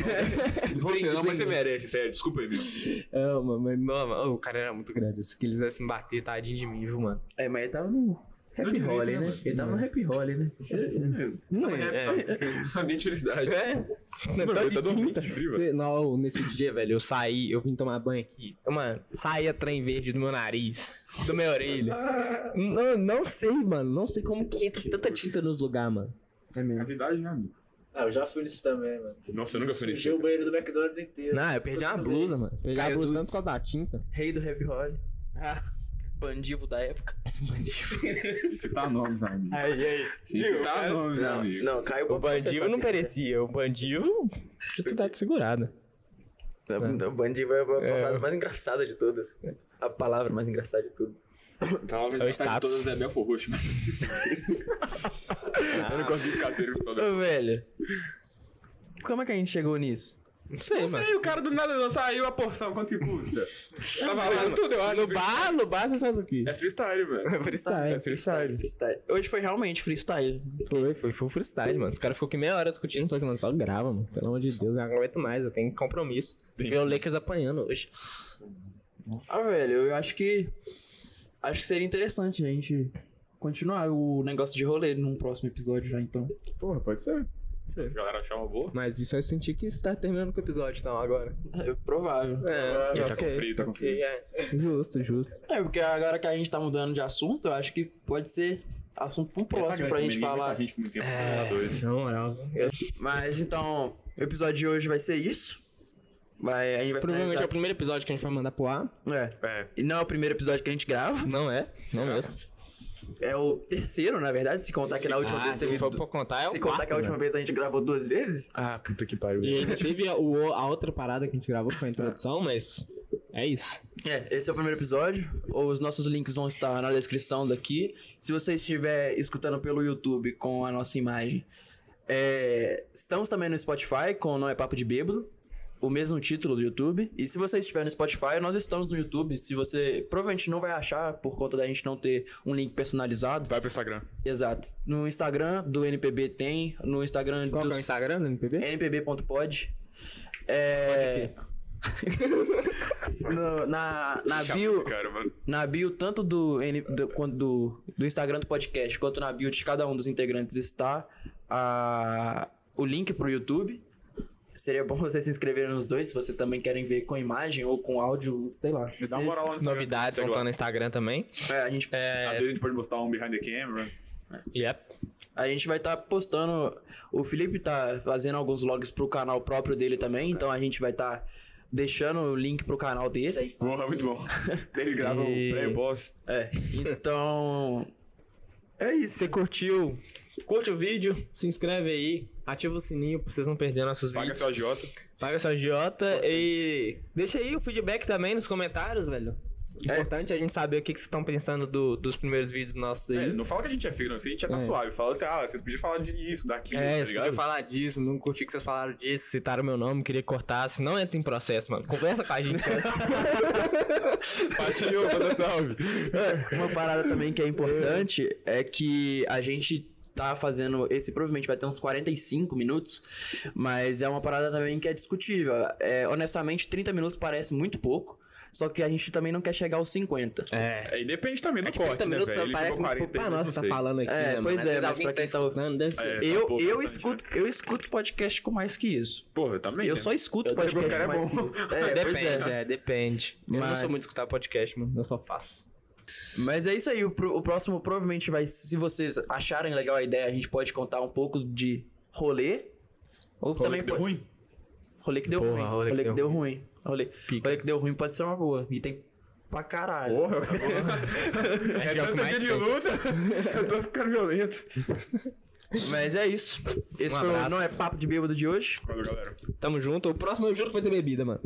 Não vou ser, não, mas você merece, sério. Desculpa aí, meu.
É, mano, mas não, mano, o cara era muito grande. Se que eles me bater, tadinho de mim, viu, mano?
É, mas ele tava no happy
direito,
hole,
né,
né?
mano?
Ele tava no happy hole, né?
Não, é.
Ambiente de felicidade.
Não,
Mano,
tá
ele
de
tá dormindo,
quinta.
tá de frio,
Cê- Não, nesse dia, velho, eu saí, eu vim tomar banho aqui. Mano, saía trem verde do meu nariz, da minha orelha. não, não sei, mano. Não sei como que entra tanta tinta nos lugares, mano.
É mesmo.
Cavidade, né?
Ah, eu já fui nisso também, mano.
Nossa, eu nunca fui nesse.
Sujei o banheiro do McDonald's inteiro.
Não, eu perdi uma blusa, mano. Perdi a
Caiu
blusa
tudo.
tanto por causa da tinta.
Rei do happy hole. Ah, Bandivo da época.
Citar tá nomes, amigo.
Aí, aí.
Citar nomes, amigo.
Não, caiu
O bandivo não merecia. O bandivo. Deixa tu dar de segurada.
O bandivo é a
frase
palavra mais engraçada de todas. A palavra mais engraçada de todas.
Talvez
É o
a metade de
status.
todas é Belfor Roxo, mas
Ah.
eu não consigo ficar sério com toda.
Ô, velho.
Como é que a gente chegou nisso?
Não sei, mano.
o cara do nada saiu a porção, quanto que custa? Tava lá tudo, eu acho.
No bar, no bar, você faz o quê?
É freestyle, velho.
Freestyle, freestyle.
É, Freestyle. Hoje foi realmente freestyle.
Foi, foi, foi um freestyle, mano. Os caras ficou aqui meia hora discutindo. Falei, assim, mano, só grava, mano. Pelo amor de Deus, eu não aguento mais, eu tenho compromisso. Ver o Lakers apanhando hoje.
Ah, velho, eu acho que. Acho que seria interessante a gente continuar o negócio de rolê num próximo episódio já, então.
Porra, pode ser. Se a galera achar uma boa.
Mas isso eu senti que está terminando com o episódio, então, agora.
É provável.
É,
Tá com frio, tá com frio.
Justo, justo.
É, porque agora que a gente tá mudando de assunto, eu acho que pode ser assunto pro próximo pra gente falar.
A gente com muito tempo pra Tá doido.
Na moral.
Mas então, o episódio de hoje vai ser isso. Vai, a gente vai
Provavelmente é o
finalizar-
primeiro episódio que a gente vai mandar pro ar.
é. E não é o primeiro episódio que a gente grava.
Não é? Não mesmo.
É o terceiro, na verdade, se contar que na última vez teve.
Ah, se for pra contar, é o
se contar
quarto,
que a última
né?
vez a gente gravou duas vezes.
Ah, puta que pariu.
E ainda teve a, o- a outra parada que a gente gravou, que foi a introdução, mas... É isso.
É, esse é o primeiro episódio. Os nossos links vão estar na descrição daqui. Se você estiver escutando pelo YouTube com a nossa imagem, é, estamos também no Spotify com Não é Papo de Bêbado, o mesmo título do YouTube. E se você estiver no Spotify, nós estamos no YouTube. Se você provavelmente não vai achar por conta da gente não ter um link personalizado.
Vai pro Instagram.
Exato. No Instagram do NPB tem, no Instagram
Qual
do
que é o Instagram do NPB?
npb.pod. É. No- na, na bio,
Cara, mano.
na bio tanto do, N- do, quanto do, do Instagram do podcast, quanto na bio de cada um dos integrantes está a, o link pro YouTube. Seria bom vocês se inscreverem nos dois, se vocês também querem ver com imagem ou com áudio, sei lá.
Dá uma
Vocês-
moral lá no Instagram.
Novidades
Segue
vão
lá.
estar no Instagram também.
É, a, gente,
Às vezes a gente pode mostrar um behind the camera.
Yep.
a gente vai estar postando. O Felipe tá fazendo alguns logs pro canal próprio dele também, então a gente vai estar deixando o link pro canal dele.
Porra, muito bom. Ele grava o
E-
pré e pós.
É, então. É isso.
Você curtiu? Curte o vídeo, se inscreve aí, ativa o sininho pra vocês não perderem nossos
Paga
vídeos.
seu agiota.
Paga sua Jota e É. deixa aí o feedback também nos comentários, velho. Importante a gente saber o que que vocês estão pensando do- dos primeiros vídeos nossos
É,
aí.
não fala que a gente é feio, não. Isso a gente já tá
É.
suave. Fala assim, ah, vocês podiam falar disso, daquilo,
É,
tá
vocês podiam
ligado?
falar disso, não curti que vocês falaram disso, citaram meu nome, queria cortar, se não entra em processo, mano. Conversa com a gente. cara.
Patinho, manda salve.
Uma parada também que é importante é que a gente tá fazendo. Esse provavelmente vai ter uns 45 minutos, mas é uma parada também que é discutível. É, honestamente, 30 minutos parece muito pouco. Só que a gente também não quer chegar aos 50.
É.
Aí depende também
tipo,
do corte, né,
minutos
velho? Ele
parece
ficou
um
muito pouco
40
pra nós que tá falando aqui,
É,
né, mano?
pois
Às
é,
vezes
mas
alguém
pra
que tá
quem tá ouvindo-
escutando deve ser.
É, tá
eu,
pouco
eu,
bastante,
escuto, eu escuto podcast com mais que isso.
Porra, também.
Eu
né?
só escuto
Eu também,
podcast
os
com
cara é
mais
bom.
que isso. É, pois
depende,
é.
é, depende. Eu não
Mas-
sou muito de escutar podcast, mano. Eu só faço.
Mas é isso aí, o, pro- o próximo provavelmente vai. Se vocês acharem legal a ideia, a gente pode contar um pouco de rolê. Ou
tá
também
Deu
pode-
ruim.
Rolê que deu
Porra,
ruim.
rolê que
Rolê, que
deu
deu ruim. Rolê, rolê que deu ruim pode ser uma boa. E tem pra caralho.
Porra.
Acho que Tá é o que
tanto dia
mais
de
tem.
luta. Eu tô ficando violento.
Mas é isso. Esse
Um
foi o
abraço.
Não é Papo de Bêbado de hoje.
Valeu, galera.
Tamo junto. O próximo eu juro que vai ter bebida, mano.